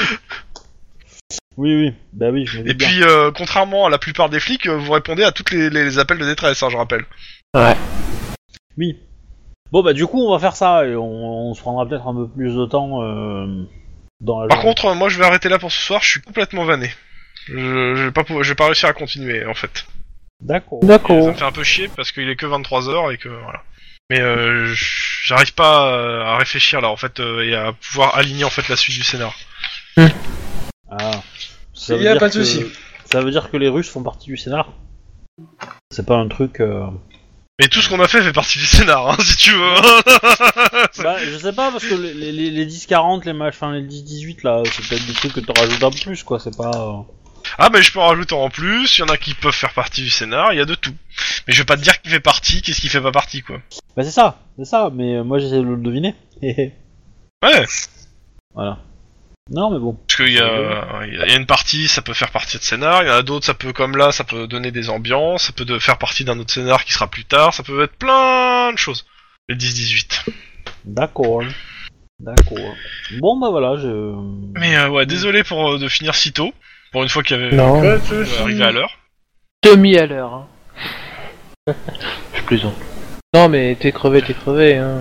Oui, oui, bah oui, je me Et doute bien. puis, euh, contrairement à la plupart des flics, euh, vous répondez à toutes les, les- les appels de détresse, hein, je rappelle. Oui. Bon bah du coup on va faire ça et on, on se prendra peut-être un peu plus de temps euh, dans la Par journée. contre, euh, moi je vais arrêter là pour ce soir, je suis complètement vanné. Je, je vais pas, pou- je vais pas réussir à continuer en fait. D'accord. Ça D'accord. me fait un peu chier parce qu'il est que 23h et que voilà. Mais euh, j- j'arrive pas euh, à réfléchir là en fait euh, et à pouvoir aligner en fait la suite du scénar. Ah. Ça Il veut y a dire pas de que- souci. Ça veut dire que les Russes font partie du scénar. C'est pas un truc. euh, Mais tout ce qu'on a fait fait partie du scénar, hein, si tu veux. Bah je sais pas parce que les, les, les- les 10-40, les machins, les 10-18 là, c'est peut-être des trucs que tu rajoutes un plus quoi. C'est pas. euh, ah, mais je peux en rajouter en plus, il y en a qui peuvent faire partie du scénar, il y a de tout. Mais je vais pas te dire qui fait partie, qu'est-ce qui fait pas partie, quoi. Bah c'est ça, c'est ça. Mais euh, moi j'essaie de le deviner. Hé, hé. Ouais, voilà. Non mais bon. parce qu'il y, a- il y a une partie, ça peut faire partie de scénar, il y en a d'autres, ça peut, comme là, ça peut donner des ambiances, ça peut de- faire partie d'un autre scénar qui sera plus tard, ça peut être plein de choses. Le 10-18. D'accord. D'accord. Bon bah voilà je. Mais euh, ouais, désolé pour euh, de finir si tôt, pour une fois qu'il y avait Non. Pas de souci. euh, arrivé à l'heure. Demi à l'heure, hein. Je plaisante. Non, mais t'es crevé, t'es crevé, hein.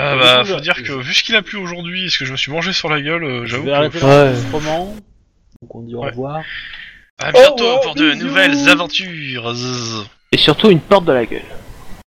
Ah Mais bah, du coup, faut je- dire que vu ce qu'il a plu aujourd'hui et ce que je me suis mangé sur la gueule, euh, Je j'avoue vais que... arrêter Ouais. l'enregistrement. Donc on dit au Ouais. revoir. À bientôt revoir, Oh, pour de bisous. nouvelles aventures. Zzzz. Et et surtout une porte de la gueule.